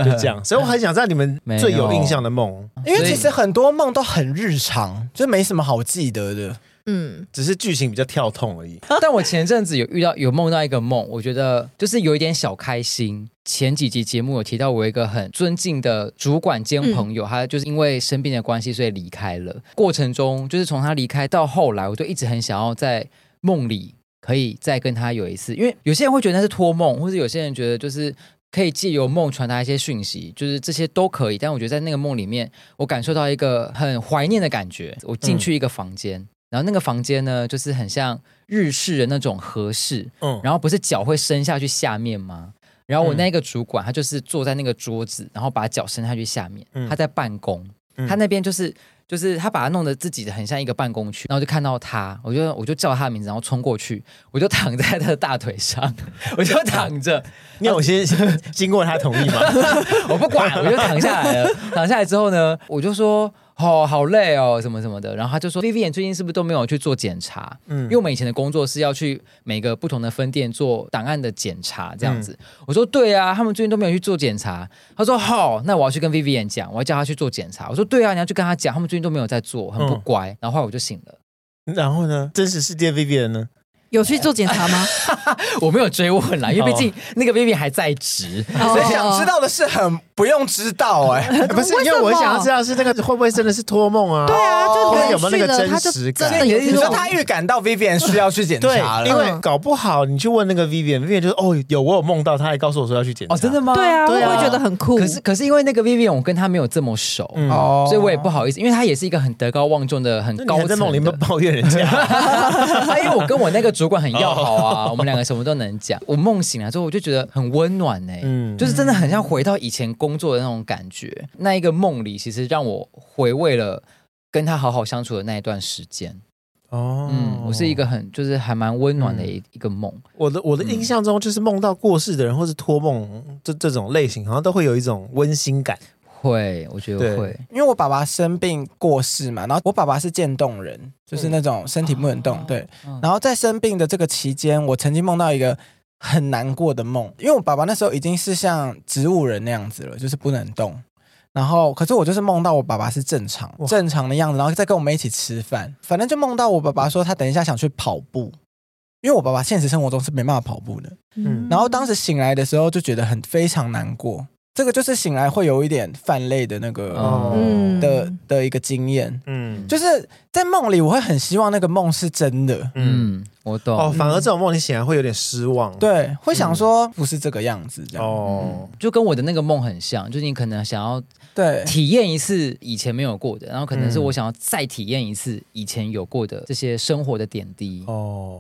Speaker 1: 就这样。所以我很想知道你们最有印象的梦，
Speaker 2: 因为
Speaker 4: 所以
Speaker 2: 其实很多梦都很日常，就没什么好记得的。
Speaker 3: 嗯，
Speaker 1: 只是剧情比较跳痛而已。
Speaker 4: 但我前阵子有遇到有梦到一个梦，我觉得就是有一点小开心。前几集节目有提到，我有一个很尊敬的主管兼朋友，他就是因为生病的关系，所以离开了。过程中，就是从他离开到后来，我就一直很想要在梦里可以再跟他有一次，因为有些人会觉得那是托梦，或者有些人觉得就是。可以借由梦传达一些讯息，就是这些都可以。但我觉得在那个梦里面，我感受到一个很怀念的感觉。我进去一个房间，然后那个房间呢，就是很像日式的那种和室，
Speaker 1: 嗯，
Speaker 4: 然后不是脚会伸下去下面吗？然后我那个主管他就是坐在那个桌子，然后把脚伸下去下面，
Speaker 1: 嗯
Speaker 4: 他在办公，
Speaker 1: 嗯
Speaker 4: 他那边就是就是他把他弄得自己的很像一个办公区，然后就看到他，我就我就叫他的名字，然后冲过去，我就躺在他的大腿上， 我就躺着，
Speaker 1: 你有先 经过他同意吗？
Speaker 4: 我不管，我就躺下来了。躺下来之后呢，我就说。哦，好累哦，什么什么的。然后他就说，Vivian 最近是不是都没有去做检查？
Speaker 1: 嗯
Speaker 4: 嗯，因为我们以前的工作是要去每个不同的分店做档案的检查，这样子。
Speaker 1: 嗯
Speaker 4: 我说对啊，他们最近都没有去做检查。他说好、那我要去跟 Vivian 讲，我要叫他去做检查。我说对啊，你要去跟他讲，他们最近都没有在做，很不
Speaker 1: 嗯
Speaker 4: 乖。然后后来我就醒了，
Speaker 1: 然后呢？真实世界 Vivian 呢？
Speaker 3: 有去做检查 吗？
Speaker 4: 我没有追问啦，因为毕
Speaker 1: 哦
Speaker 4: 竟那个 Vivian 还在职。
Speaker 2: 所
Speaker 3: 我
Speaker 2: 以想知。道的是很不用知道哎、
Speaker 1: 哎不是，
Speaker 3: 为
Speaker 1: 因
Speaker 3: 什么
Speaker 1: 为我想要知道是那个会不会真的是托梦啊？
Speaker 3: 对啊，就
Speaker 1: 或者
Speaker 3: 连
Speaker 1: 有没有那
Speaker 3: 续
Speaker 1: 个
Speaker 3: 了，
Speaker 1: 真
Speaker 3: 他就
Speaker 1: 实
Speaker 3: 真
Speaker 1: 感
Speaker 3: 的有
Speaker 2: 你
Speaker 3: 去
Speaker 2: 说
Speaker 3: 做。
Speaker 2: 他预感到 Vivian 需要去检
Speaker 1: 对
Speaker 2: 查，
Speaker 1: 因
Speaker 2: 了，
Speaker 1: 为
Speaker 3: 嗯
Speaker 1: 搞不好你去问那个 Vivian，Vivian 就是哦，有我有梦到，他还告诉我说要去检查。
Speaker 4: 哦，真的？吗？
Speaker 3: 对啊，我
Speaker 1: 对啊
Speaker 3: 会觉得很酷。
Speaker 4: 可是可是因为那个 Vivian，我跟他没有这么熟，
Speaker 1: 嗯，
Speaker 2: 哦
Speaker 4: 所以我也不好意思，因为他也是一个很德高望重的、很
Speaker 1: 那你
Speaker 4: 高
Speaker 1: 还在
Speaker 4: 层
Speaker 1: 梦里面
Speaker 4: 的。
Speaker 1: 抱怨人 家？
Speaker 4: 因为我跟我那个主管很要好
Speaker 2: 哦
Speaker 4: 啊，我们两个什么都能讲。我梦醒来之后，我就觉得很温暖呢、
Speaker 1: 嗯
Speaker 4: 就是真的很像回到以前工作的那种感觉。那一个梦里，其实让我回味了跟他好好相处的那一段时间。
Speaker 1: 哦
Speaker 4: 嗯，我是一个嗯很就是还蛮温暖
Speaker 2: 嗯
Speaker 4: 的一、一个梦。
Speaker 1: 我的我的印象中，就是梦到过世的人或是托梦这这种类型，好像都会有一种温馨感。
Speaker 4: 会，我觉
Speaker 1: 对
Speaker 4: 得会。
Speaker 2: 因为我爸爸生病过世嘛，然后我爸爸是渐冻人，就是那种身体不能动。
Speaker 4: 哦
Speaker 2: 对，
Speaker 4: 嗯
Speaker 2: 然后在生病的这个期间，我曾经梦到一个很难过的梦，因为我爸爸那时候已经是像植物人那样子了，就是不能动。然后，可是我就是梦到我爸爸是正常
Speaker 1: 哇
Speaker 2: 正常的样子，然后再跟我们一起吃饭。反正就梦到我爸爸说他等一下想去跑步，因为我爸爸现实生活中是没办法跑步的。
Speaker 1: 嗯
Speaker 2: 然后当时醒来的时候就觉得很非常难过，这个就是醒来会有一点泛泪的那个、
Speaker 4: 哦
Speaker 3: 嗯
Speaker 2: 的的一个经验。
Speaker 1: 嗯
Speaker 2: 就是在梦里，我会很希望那个梦是真的，
Speaker 1: 嗯，
Speaker 4: 嗯，我懂。
Speaker 1: 哦，反而这种梦你显然会有点失望。
Speaker 2: 对，会想说不是这个样子这样，
Speaker 1: 哦，
Speaker 4: 嗯就跟我的那个梦很像，就是你可能想要
Speaker 2: 对，
Speaker 4: 体验一次以前没有过的，然后可能是
Speaker 1: 嗯
Speaker 4: 我想要再体验一次以前有过的这些生活的点滴。
Speaker 1: 哦，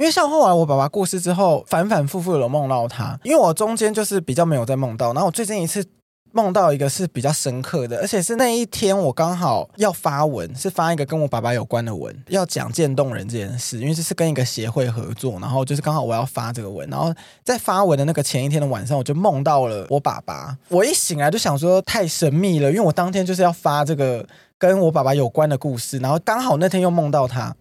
Speaker 2: 因为像后来我爸爸过世之后，反反复复有梦到他，因为我中间就是比较没有再梦到，然后我最近一次梦到一个是比较深刻的，而且是那一天我刚好要发文，是发一个跟我爸爸有关的文，要讲渐冻人这件事，因为这是跟一个协会合作，然后就是刚好我要发这个文，然后在发文的那个前一天的晚上，我就梦到了我爸爸，我一醒来就想说太神秘了，因为我当天就是要发这个跟我爸爸有关的故事，然后刚好那天又梦到他。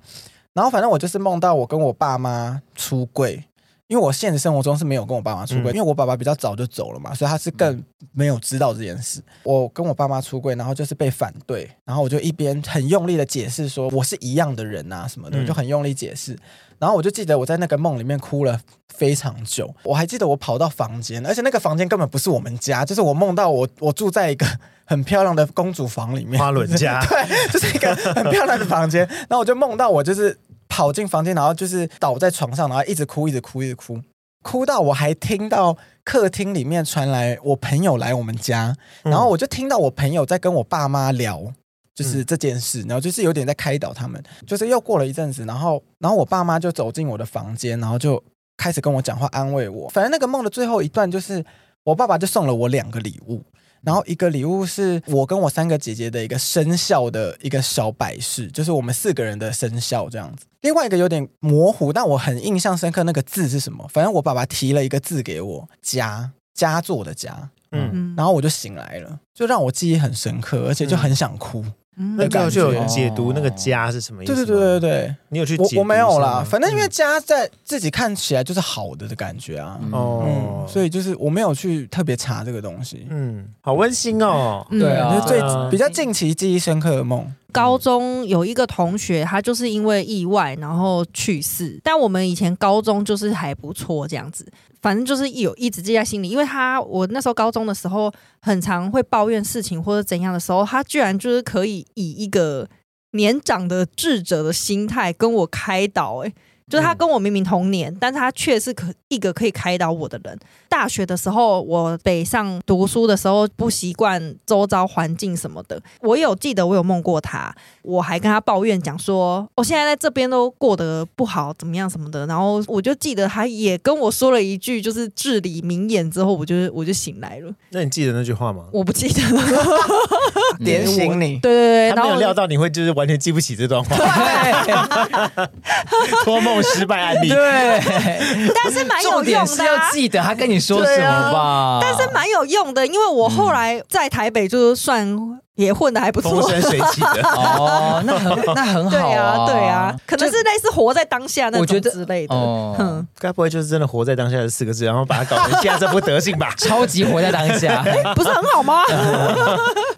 Speaker 2: 然后反正我就是梦到我跟我爸妈出柜，因为我现实生活中是没有跟我爸妈出柜，
Speaker 1: 嗯
Speaker 2: 因为我爸爸比较早就走了嘛，所以他是更没有知道这件事。我跟我爸妈出柜，然后就是被反对，然后我就一边很用力的解释说我是一样的人啊什么的，
Speaker 1: 嗯
Speaker 2: 我就很用力解释。然后我就记得我在那个梦里面哭了非常久，我还记得我跑到房间，而且那个房间根本不是我们家，就是我梦到我我住在一个 很漂亮的公主房里面，
Speaker 1: 花轮家
Speaker 2: 对，就是一个很漂亮的房间。然后我就梦到我就是跑进房间，然后就是倒在床上，然后一直哭，一直哭，一直哭，哭到我还听到客厅里面传来我朋友来我们家，
Speaker 1: 嗯
Speaker 2: 然后我就听到我朋友在跟我爸妈聊。就是这件事，然后就是有点在开导他们。就是又过了一阵子，然后然后我爸妈就走进我的房间，然后就开始跟我讲话安慰我。反正那个梦的最后一段就是我爸爸就送了我两个礼物，然后一个礼物是我跟我三个姐姐的一个生肖的一个小摆饰，就是我们四个人的生肖这样子。另外一个有点模糊，但我很印象深刻，那个字是什么？反正我爸爸提了一个字给我，家，佳作的家。
Speaker 1: 嗯，
Speaker 3: 嗯，
Speaker 2: 然后我就醒来了，就让我记忆很深刻，而且就很想哭。
Speaker 3: 嗯
Speaker 1: 那最后就有
Speaker 4: 感觉
Speaker 1: 解读那个家是什么意思
Speaker 2: 对
Speaker 1: 吗？
Speaker 2: 对对对对
Speaker 1: 你有去
Speaker 2: 对，我
Speaker 1: 解
Speaker 2: 我没有啦，
Speaker 1: 读是吗嗯
Speaker 2: 反正因为家在自己看起来就是好的的感觉啊，
Speaker 4: 嗯
Speaker 1: 哦
Speaker 2: 嗯，，所以就是我没有去特别查这个东西。
Speaker 1: 嗯，好温 馨哦。
Speaker 3: 嗯
Speaker 4: 对啊
Speaker 2: 就是最
Speaker 1: 啊
Speaker 2: 比较近期记忆深刻的梦，
Speaker 3: 高中有一个同学，他就是因为意外然后去世。但我们以前高中就是还不错这样子，反正就是有一直记在心里。因为他我那时候高中的时候，很常会抱怨事情或者怎样的时候，他居然就是可以以一个年长的智者的心态跟我开导、欸，就是他跟我明明同年，但是他却是可一个可以开导我的人。大学的时候，我北上读书的时候不习惯周遭环境什么的，我有记得我有梦过他，我还跟他抱怨讲说，我、现在在这边都过得不好，怎么样什么的。然后我就记得他也跟我说了一句就是至理名言，之后我就我就醒来了，
Speaker 1: 那你记得那句话吗？
Speaker 3: 我不记得了。
Speaker 2: 点醒你。
Speaker 3: 对对对，
Speaker 1: 他
Speaker 3: 然
Speaker 1: 没
Speaker 3: 后我
Speaker 1: 有
Speaker 3: 就
Speaker 1: 料到你会就是完全记不起这段话， 托梦失败案例。
Speaker 4: 对，
Speaker 3: 但是蛮有
Speaker 4: 重点
Speaker 3: 用
Speaker 4: 是
Speaker 3: 的、啊
Speaker 4: 要。记得他跟你说什么吧。
Speaker 3: 但是蛮有用的，因为我后来在台北就是算也混的还不错，
Speaker 1: 风生水起的。
Speaker 4: 哦，那很那很
Speaker 3: 对
Speaker 4: 好
Speaker 3: 啊，对啊，可能是类似活在当下那
Speaker 4: 我觉
Speaker 3: 种
Speaker 4: 得
Speaker 3: 之类的。
Speaker 4: 哦？
Speaker 3: 嗯，
Speaker 1: 该不会就是真的活在当下的四个字，然后把它搞成现在这副德性吧
Speaker 4: 超级活在当 下。
Speaker 3: 不是很好吗？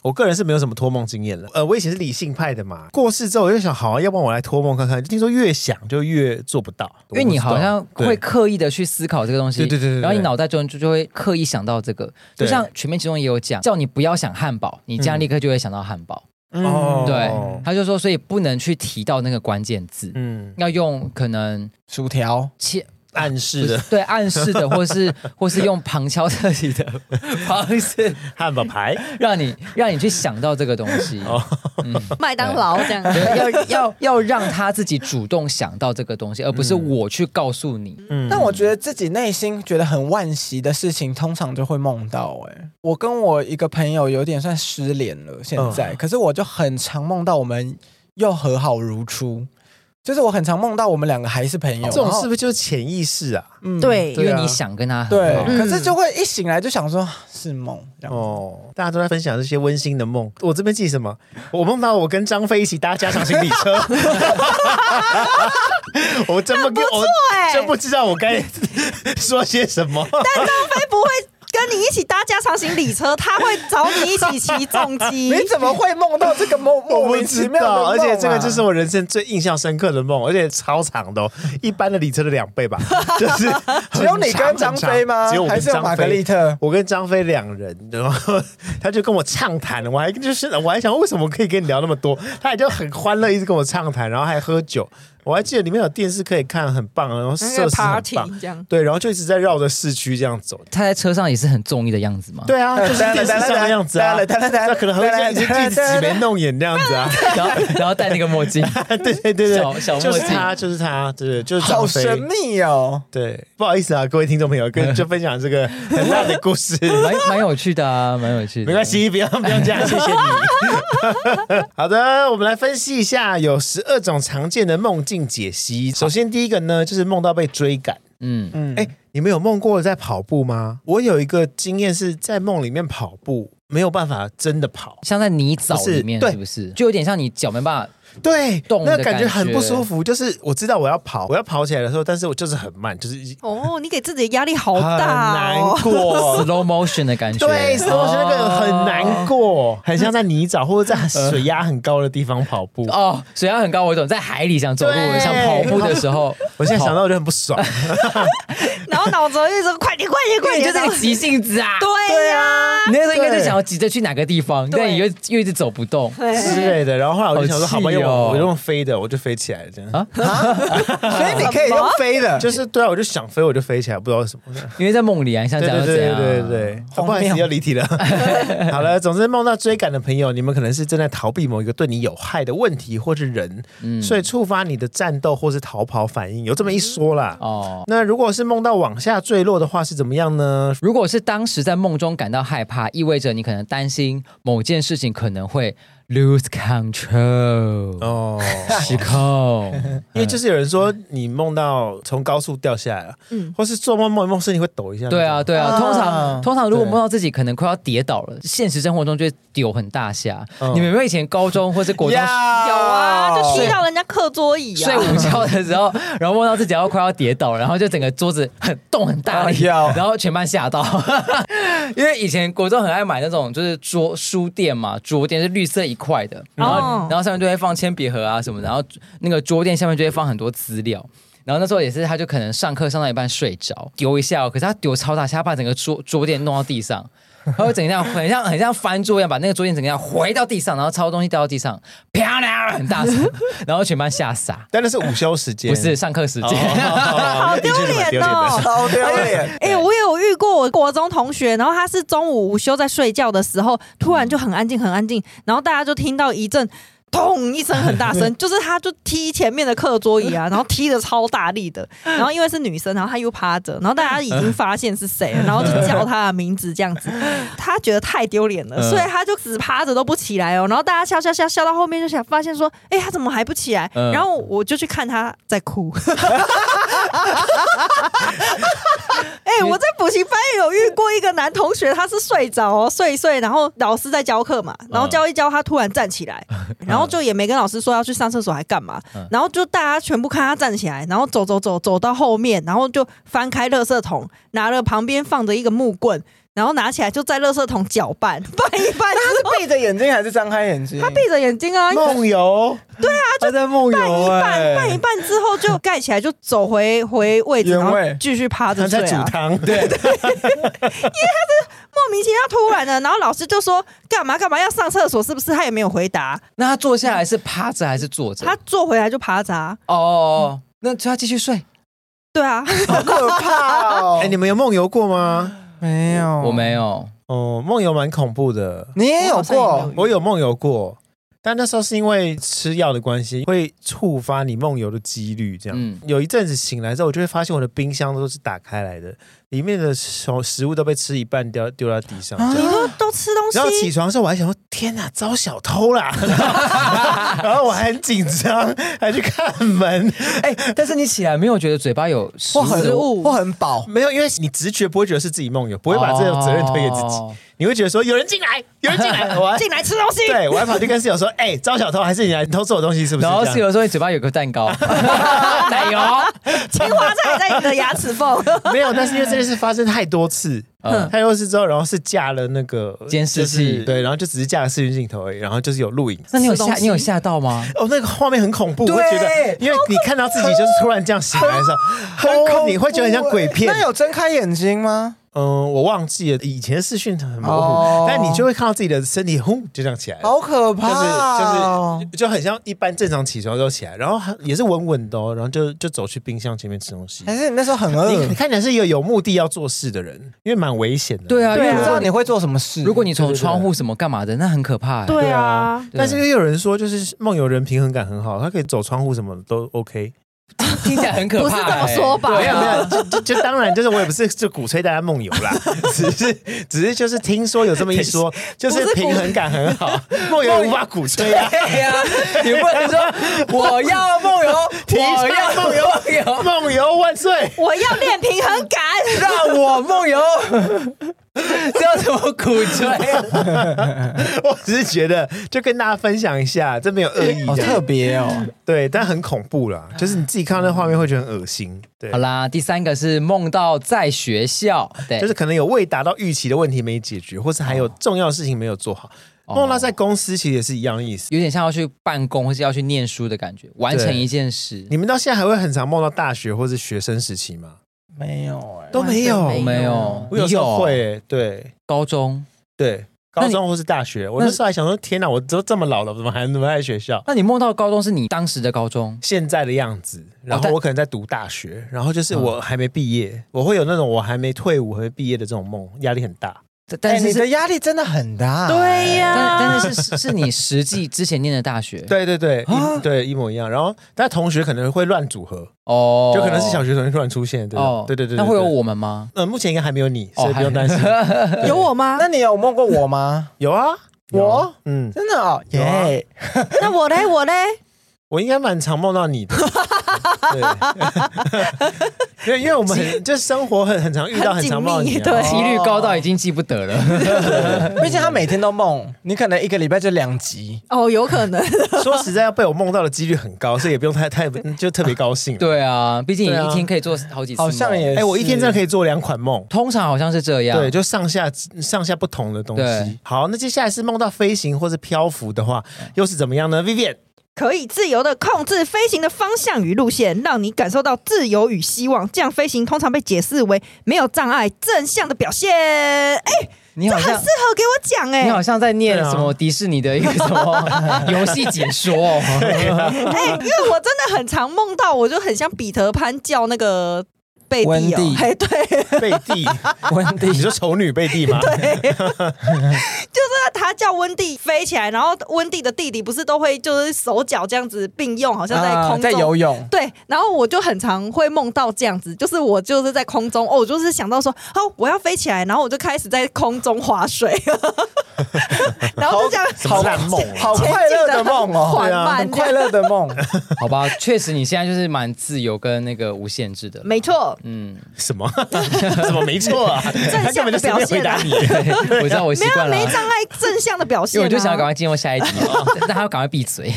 Speaker 1: 我个人是没有什么托梦经验了。呃，我以前是理性派的嘛，过世之后我就想，好、啊，要不然我来托梦看看。就听说越想就越做不到，
Speaker 4: 因为你好像
Speaker 1: 对
Speaker 4: 会刻意的去思考这个东西，
Speaker 1: 对对对对对
Speaker 4: 然后你脑袋中就就会刻意想到这个，
Speaker 1: 对嗯
Speaker 4: 就像全面其中也有讲，叫你不要想汉堡，你这样立刻就会想到汉堡。
Speaker 1: 哦
Speaker 4: 对，他就说，所以不能去提到那个关键字，
Speaker 1: 嗯
Speaker 4: 要用可能
Speaker 2: 薯条，
Speaker 4: 切
Speaker 1: 暗示
Speaker 4: 不
Speaker 1: 的
Speaker 4: 是对暗示 的，或是或是用旁敲侧击的方式，
Speaker 1: 汉堡 牌，
Speaker 4: 让你让你去想到这个东西。
Speaker 1: 哦
Speaker 4: 嗯
Speaker 3: 麦当劳这样。
Speaker 4: 对要要要让他自己主动想到这个东西，而不是我去告诉你。
Speaker 1: 嗯
Speaker 2: 但我觉得自己内心觉得很惋惜的事情，通常就会梦到、欸。哎，我跟我一个朋友有点算失联了，现
Speaker 1: 嗯
Speaker 2: 在，可是我就很常梦到我们又和好如初，就是我很常梦到我们两个还是朋友。
Speaker 1: 这种
Speaker 2: 然后
Speaker 1: 是不是就是潜意识啊？
Speaker 2: 嗯
Speaker 3: 对
Speaker 4: 因
Speaker 1: 对
Speaker 4: 为
Speaker 1: 啊
Speaker 4: 你想跟他很
Speaker 2: 对
Speaker 4: 好，
Speaker 1: 嗯
Speaker 2: 可是就会一醒来就想说啊是梦，然后、
Speaker 1: 哦，大家都在分享这些温馨的梦。我这边记什么？我梦到我跟张飞一起搭加长行李 车。我真不欸跟我
Speaker 3: 哎
Speaker 1: 真不知道我该 说些什么。
Speaker 3: 他不会跟你一起搭加长型礼车，他会找你一起骑重机
Speaker 2: 你。怎么会梦到这个梦
Speaker 1: 我
Speaker 2: 莫
Speaker 1: 不
Speaker 2: 名
Speaker 1: 知
Speaker 2: 其妙的
Speaker 1: 道，
Speaker 2: 梦啊、
Speaker 1: 而且这个就是我人生最印象深刻的梦，而且超 长的、哦，一般的里程的两倍吧。就是
Speaker 2: 只有你
Speaker 1: 很长
Speaker 2: 跟张飞吗
Speaker 1: 很长只有我
Speaker 2: 还
Speaker 1: 跟
Speaker 2: 是有
Speaker 1: 张飞
Speaker 2: 玛格丽特
Speaker 1: 我跟张飞两人，然后他就跟我畅谈，我还就是我还想为什么可以跟你聊那么多，他也就很欢乐，一直跟我畅谈，然后还喝酒。我还记得里面有电视可以看，很棒，然后
Speaker 3: 那个
Speaker 1: 设
Speaker 2: 哎
Speaker 1: 施很
Speaker 3: party
Speaker 1: 棒，
Speaker 3: 这样，
Speaker 1: 对，然后就一直在绕着市区这样 走。
Speaker 4: 他在车上也是很中意的样子嘛。，
Speaker 1: 对啊，就是电视上的样子啊， 那可能喝酒一直自己挤眉弄眼那样子啊。
Speaker 4: 然后然后戴那个 墨镜，
Speaker 1: 对对对对，
Speaker 4: 小小墨
Speaker 1: 就是
Speaker 4: 镜
Speaker 1: 他，就是他，对对，就是张
Speaker 2: 好
Speaker 1: 飞。
Speaker 2: 神秘哦。
Speaker 1: 对，不好意思啊，各位听众朋友，跟就分享这个很大的故 事，
Speaker 4: 蛮蛮有趣的啊，蛮有趣的。
Speaker 1: 没关，系，不要不要这样，谢谢你。好的，我们来分析一下，有十二种常见的梦境解析。首先第一个呢，就是梦到被追赶。
Speaker 4: 嗯，
Speaker 2: 嗯，
Speaker 1: 哎、你们有梦过在跑步吗？我有一个经验是在梦里面跑步，没有办法真的跑，
Speaker 4: 像在泥沼里面
Speaker 1: 不是对
Speaker 4: 是不是？就有点像你脚没办法，
Speaker 1: 对，
Speaker 4: 动
Speaker 1: 那
Speaker 4: 的
Speaker 1: 感觉
Speaker 4: 感
Speaker 1: 很不
Speaker 4: 觉
Speaker 1: 舒服。就是我知道我要跑，我要跑起来的时候，但是我就是很慢，就是一
Speaker 3: 哦，你给自己的压力好
Speaker 1: 很
Speaker 3: 大
Speaker 1: 难
Speaker 3: 哦。
Speaker 1: 过，
Speaker 4: slow motion 的感觉。哦
Speaker 1: 对，所以我觉得那个很难过，哦很像在泥沼或者在水压很高的地方跑步。
Speaker 4: 哦，水压很高，我懂，在海里想走路，
Speaker 1: 对
Speaker 4: 想跑步的时候，
Speaker 1: 我现在想到我就很不爽，
Speaker 3: 然后脑子一直说快点，快点，
Speaker 4: 跑，
Speaker 3: 快
Speaker 4: 因为你
Speaker 3: 点，
Speaker 4: 就是
Speaker 3: 然
Speaker 4: 个
Speaker 3: 后
Speaker 4: 急性子啊。
Speaker 3: 对呀，
Speaker 4: 你那时候应该就
Speaker 1: 对
Speaker 4: 想要急着去哪个地方，
Speaker 3: 对
Speaker 4: 但你又又一直走不动。
Speaker 1: 之
Speaker 3: 对，
Speaker 1: 类的。然后后来我就想说，
Speaker 4: 好
Speaker 1: 好
Speaker 4: 气
Speaker 1: 吧，
Speaker 4: 哦
Speaker 1: 用我我用飞的，我就飞起来了，这样。
Speaker 4: 啊
Speaker 2: 所以你可以用飞的，
Speaker 1: 就是对啊，我就想飞，我就飞起来，不知道为什么。
Speaker 4: 因为在梦里啊，像
Speaker 1: 对
Speaker 4: 这样
Speaker 1: 对
Speaker 4: 就这
Speaker 1: 对
Speaker 4: 样，
Speaker 1: 对对对，啊不好意
Speaker 2: 荒
Speaker 1: 思，
Speaker 2: 谬
Speaker 1: 要离题 了。好了，总之梦到追赶的朋友，你们可能是正在逃避某一个对你有害的问题或是人，所以触发你的战斗或是逃跑反应，有这么一说啦。
Speaker 4: 哦。
Speaker 1: 那如果是梦到往下坠落的话，是怎么样呢？
Speaker 4: 如果是当时在梦中感到害怕，意味着你可能担心某件事情可能会 lose control，
Speaker 1: 哦，
Speaker 4: 失控，
Speaker 1: 因为就是有人说你梦到从高速掉下来了，
Speaker 3: 嗯，
Speaker 1: 或是做梦梦一梦身体会抖一下。
Speaker 4: 对啊，，对啊，
Speaker 2: 啊
Speaker 4: 通常通常如果
Speaker 1: 对
Speaker 4: 梦到自己可能快要跌倒了，现实生活中就会丢很大下。
Speaker 1: 嗯
Speaker 4: 你们有没有以前高中或是国中
Speaker 2: 呀
Speaker 3: 有啊，就踢到人家课桌椅
Speaker 4: 睡
Speaker 3: 啊，
Speaker 4: 午觉的时候， 然后梦到自己要快要跌倒，然后就整个桌子很动很大力，
Speaker 2: 哎呀
Speaker 4: 然后全班吓到， 因为以前国中很爱买那种就是桌书店嘛，桌垫是绿色一块的，然后、
Speaker 3: 哦
Speaker 4: 然后上面就会放铅笔盒啊什么的，然后那个桌垫下面就会放很多资料。然后那时候也是，他就可能上课上到一半睡着，丢一下、哦，可是他丢超大，下把整个桌桌垫弄到地上，他会怎样？很像很像翻桌一样，把那个桌垫整个样回到地上，然后超多东西掉到地上，啪啦很大声，然后全班吓傻。
Speaker 1: 但那是午休时间，
Speaker 4: 不是上课时
Speaker 1: 哦，
Speaker 4: 间，
Speaker 1: 好
Speaker 3: 丢脸哦
Speaker 1: 的。
Speaker 2: 超丢脸，
Speaker 3: 哎、我也有遇过我国中同学，然后他是中午午休在睡觉的时候，突然就很安静，很安静，然后大家就听到一阵。咚一声很大 声，就是他就踢前面的课桌椅啊，然后踢的超大力 的，然后因为是女生，然后他又趴着，然后大家已经发现是谁 了，然后就叫他的名字这样子，他觉得太丢脸了，
Speaker 4: 嗯
Speaker 3: 所以他就只趴着都不起来哦，然后大家笑笑笑笑到后面就想发现说，哎、他怎么还不起来？
Speaker 4: 嗯
Speaker 3: 然后我就去看他在哭，哎、我在补习班也有遇过一个男同学，他是睡着哦，睡一睡，然后老师在教课嘛，然后教一教，他突然站起来， 然后就也没跟老师说要去上厕所，还干嘛
Speaker 4: 嗯？
Speaker 3: 然后就大家全部看他站起来，然后走走走走到后面，然后就翻开垃圾桶，拿了旁边放着一个木棍，然后拿起来就在垃圾桶搅拌，拌一 拌，
Speaker 2: 是闭着眼睛还是张开眼睛？
Speaker 3: 他闭着眼睛啊，
Speaker 2: 哎
Speaker 1: 梦游，对啊，他在梦游
Speaker 3: 拌拌一
Speaker 1: 哎，
Speaker 3: 拌之后就盖起来，就走回回位置，
Speaker 2: 原
Speaker 3: 然后
Speaker 2: 位
Speaker 3: 继续趴
Speaker 1: 他
Speaker 3: 着睡
Speaker 1: 在煮
Speaker 3: 啊。
Speaker 1: 汤，对，
Speaker 3: 莫名其妙突然的，然后老师就说干嘛干嘛要上厕所，是不是？他也没有回答，
Speaker 4: 那他坐下来是趴着还是坐着？
Speaker 3: 他坐回来就趴着、啊。
Speaker 4: 哦，那就要继续睡。
Speaker 3: 对 啊，
Speaker 2: 好可怕哦！
Speaker 1: 哎，你们有梦游过吗？
Speaker 2: 没有，
Speaker 4: 我没有，
Speaker 1: 哦，梦游蛮恐怖的，
Speaker 2: 你也有过，
Speaker 1: 我有梦游过，但那时候是因为吃药的关系，会触发你梦游的几率。这样，
Speaker 4: 嗯
Speaker 1: 有一阵子醒来之后，我就会发现我的冰箱都是打开来的，里面的食食物都被吃一半掉丢到地上。这样
Speaker 3: 你都都吃东
Speaker 1: 然后起
Speaker 3: 西，
Speaker 1: 床的时候，我还想说：“天哪，遭小偷啦！” 然后我还很紧张，还去看门。
Speaker 4: 哎、但是你起来没有觉得嘴巴有食
Speaker 2: 或
Speaker 4: 物
Speaker 2: 很
Speaker 3: 食物
Speaker 2: 或很饱，
Speaker 1: 没有，因为你直觉不会觉得是自己梦游，不会把这个责任推给自己，
Speaker 4: 哦
Speaker 1: 你会觉得说有人进来，有人进 来，我还
Speaker 3: 进来吃东西。
Speaker 1: 对我还跑去跟室友说：“哎、遭小偷还是你来偷走我东西？是不是？”
Speaker 4: 然后
Speaker 1: 这样
Speaker 4: 室友说你嘴巴有个 蛋糕，奶油，
Speaker 3: 青花菜在你的牙齿缝。
Speaker 1: 没 有，但是因为这件事发生太多次，
Speaker 4: 嗯
Speaker 1: 太多次之后，然后是架了那个
Speaker 4: 监视器
Speaker 1: 就是对，然后就只是架了视讯镜头而已，然后就是有录影。
Speaker 4: 那你有
Speaker 3: 吃东
Speaker 4: 吓
Speaker 3: 西
Speaker 4: 你有吓到吗？
Speaker 1: 哦，那个画面很恐怖，我
Speaker 2: 对
Speaker 1: 会觉得，因为你看到自己就是突然这样醒来的时
Speaker 2: 很恐
Speaker 1: 候，哦
Speaker 2: 怖啊
Speaker 1: 你会觉得很像鬼片
Speaker 2: 那。有睁开眼睛吗？
Speaker 1: 嗯，我忘记了以前的视讯很模
Speaker 2: 哦
Speaker 1: 糊，但你就会看到自己的身体轰就这样起来了。
Speaker 2: 好可
Speaker 1: 就是
Speaker 2: 怕哦！
Speaker 1: 就是就很像一般正常起床之后起来，然后还也是稳稳的哦，然后就就走去冰箱前面吃东西。
Speaker 2: 还是你那时候很饿？
Speaker 1: 你你看起来是一个有目的要做事的人，因为蛮危险的。
Speaker 4: 对啊，
Speaker 2: 对
Speaker 4: 因为
Speaker 2: 啊，
Speaker 4: 如
Speaker 2: 知
Speaker 4: 果
Speaker 2: 道
Speaker 4: 你
Speaker 2: 你会做什么事？
Speaker 4: 如果你从
Speaker 1: 对对对
Speaker 4: 窗户什么干嘛的，那很可怕、哎
Speaker 3: 对啊，
Speaker 4: 对
Speaker 1: 但是又有人说，就是梦游人平衡感很好，他可以走窗户什么都 OK。
Speaker 4: 听起来很可
Speaker 3: 不
Speaker 4: 怕、
Speaker 3: 是这么
Speaker 4: 哎
Speaker 3: 说吧
Speaker 4: 对
Speaker 1: 没有没
Speaker 4: 啊，
Speaker 1: 有，就就就当然，就是我也不是就鼓吹大家梦游啦， 只是只是就是听说有这么一说，就是平衡感很好，梦游无法鼓吹啊。
Speaker 4: 对呀、你不能说我要梦游，
Speaker 1: 提
Speaker 4: 我要
Speaker 1: 倡
Speaker 4: 梦
Speaker 1: 梦
Speaker 4: 游
Speaker 1: 游，
Speaker 4: 梦游。
Speaker 1: 梦游万岁！
Speaker 3: 我要练平衡 感。
Speaker 4: 让我梦游，这要怎么鼓吹？
Speaker 1: 我只是觉得，就跟大家分享一下，这没有恶意
Speaker 2: 好
Speaker 1: 的，
Speaker 2: 特别哦，
Speaker 1: 对，但很恐怖啦，就是你自己看到那画面会觉得很恶心，对
Speaker 4: 好，啦，第三个是梦到在学校，对，
Speaker 1: 就是可能有未达到预期的问题没解决，或是还有重要的事情没有做好。
Speaker 4: 哦
Speaker 1: 梦到在公司其实也是一样的意思。
Speaker 4: 有点像要去办公或是要去念书的感觉，完成一件事。
Speaker 1: 你们到现在还会很常梦到大学或是学生时期吗？
Speaker 2: 没有哎，
Speaker 1: 都没有，
Speaker 3: 完全
Speaker 4: 没有，
Speaker 1: 我有
Speaker 4: 你
Speaker 1: 时候会、对
Speaker 4: 高中，
Speaker 1: 对，
Speaker 4: 那
Speaker 1: 高
Speaker 4: 你
Speaker 1: 中或是大学，我那时候还想说，天哪，我都这么老了，怎么还能在学校？
Speaker 4: 那你梦到高中是你当时的高中，
Speaker 1: 现在的样子，然后
Speaker 4: 但
Speaker 1: 我可能在读大学，然后就是我还没毕业，我会有那种我还没退伍、还没毕业的这种梦，压力很大。
Speaker 2: 哎，
Speaker 4: 但但是
Speaker 2: 你
Speaker 4: 是、
Speaker 2: 的压力真的很大。
Speaker 3: 对啊呀、
Speaker 4: 但但是是是你实际之前念的大学，
Speaker 1: 对对对，
Speaker 4: 啊
Speaker 1: 一对一模一样。然后，但同学可能会乱组合，
Speaker 4: 哦
Speaker 1: 就可能是小学同学突然出现，对吧对对对，对
Speaker 4: 那会有
Speaker 1: 对
Speaker 4: 我们吗？
Speaker 1: 呃，目前应该还没有你，所
Speaker 4: 哦
Speaker 1: 以不用
Speaker 4: 还
Speaker 1: 担心。
Speaker 3: 有我吗
Speaker 2: 那？你有梦过我吗？
Speaker 1: 有啊，
Speaker 2: 我
Speaker 1: 嗯，
Speaker 2: 真的哦，
Speaker 1: 有啊
Speaker 2: 耶！
Speaker 3: 那我嘞，我嘞，
Speaker 1: 我应该蛮常梦到 你的。对，因为因为我们很就生活很很常遇到，
Speaker 3: 很
Speaker 1: 很
Speaker 3: 紧
Speaker 1: 常梦到
Speaker 3: 密
Speaker 1: 你啊。
Speaker 3: 对
Speaker 4: 几率高到已经记不 得了。
Speaker 2: 毕竟他每天都梦，你可能一个礼拜就两集。
Speaker 3: 哦，有可能，
Speaker 1: 说实在，要被我梦到的几率很高，所以也不用太太就特别高兴。，
Speaker 4: 对啊，毕竟
Speaker 1: 对啊
Speaker 4: 你一天可以做好几次梦，
Speaker 2: 好像也是，
Speaker 1: 哎、我一天真的可以做两款梦。
Speaker 4: 通常好像是这样。
Speaker 1: 对，就上下上下不同的东西
Speaker 4: 啊对。
Speaker 1: 好，那接下来是梦到飞行或是漂浮的话，又是怎么样呢？Vivian，
Speaker 3: 可以自由的控制飞行的方向与路线，让你感受到自由与希望。这样飞行通常被解释为没有障碍、正向的表现。哎、
Speaker 4: 你
Speaker 3: 这
Speaker 4: 好
Speaker 3: 很适
Speaker 4: 像。
Speaker 3: 合给我讲哎、
Speaker 4: 你好像在念
Speaker 1: 对啊
Speaker 4: 什么迪士尼的一个什 么游戏解说哦，
Speaker 3: 哎、因为我真的很常梦到，我就很像彼得潘叫那个贝
Speaker 2: 温
Speaker 3: 蒂哦
Speaker 2: 蒂，
Speaker 3: 哎，对，
Speaker 1: 贝蒂，
Speaker 2: 温蒂
Speaker 1: 你说丑女贝蒂吗？
Speaker 3: 就是他叫温蒂飞起来，然后温蒂的弟弟不是都会就是手脚这样子并用，好像在
Speaker 2: 啊
Speaker 3: 空中、
Speaker 2: 在游泳，
Speaker 3: 对，然后我就很常会梦到这样子，就是我就是在空中哦，我就是想到说，哦，我要飞起来，然后我就开始在空中划水， 然后就这样
Speaker 1: 什么烂梦啊？
Speaker 2: 好快乐的梦哦，
Speaker 3: 前进得很缓慢
Speaker 2: 很快乐的梦。
Speaker 4: 好吧，确实你现在就是蛮自由跟那个无限制的，
Speaker 3: 没错，
Speaker 4: 嗯，
Speaker 1: 什么 什么？没错啊，他根本就随便回答你。
Speaker 4: 对我知道我习
Speaker 3: 没有
Speaker 4: 惯了
Speaker 3: 没
Speaker 4: 啊，
Speaker 3: 障碍，正向的表现、
Speaker 4: 因
Speaker 3: 啊。
Speaker 4: 为我就想要赶快进入下一集， 但他要赶快闭嘴。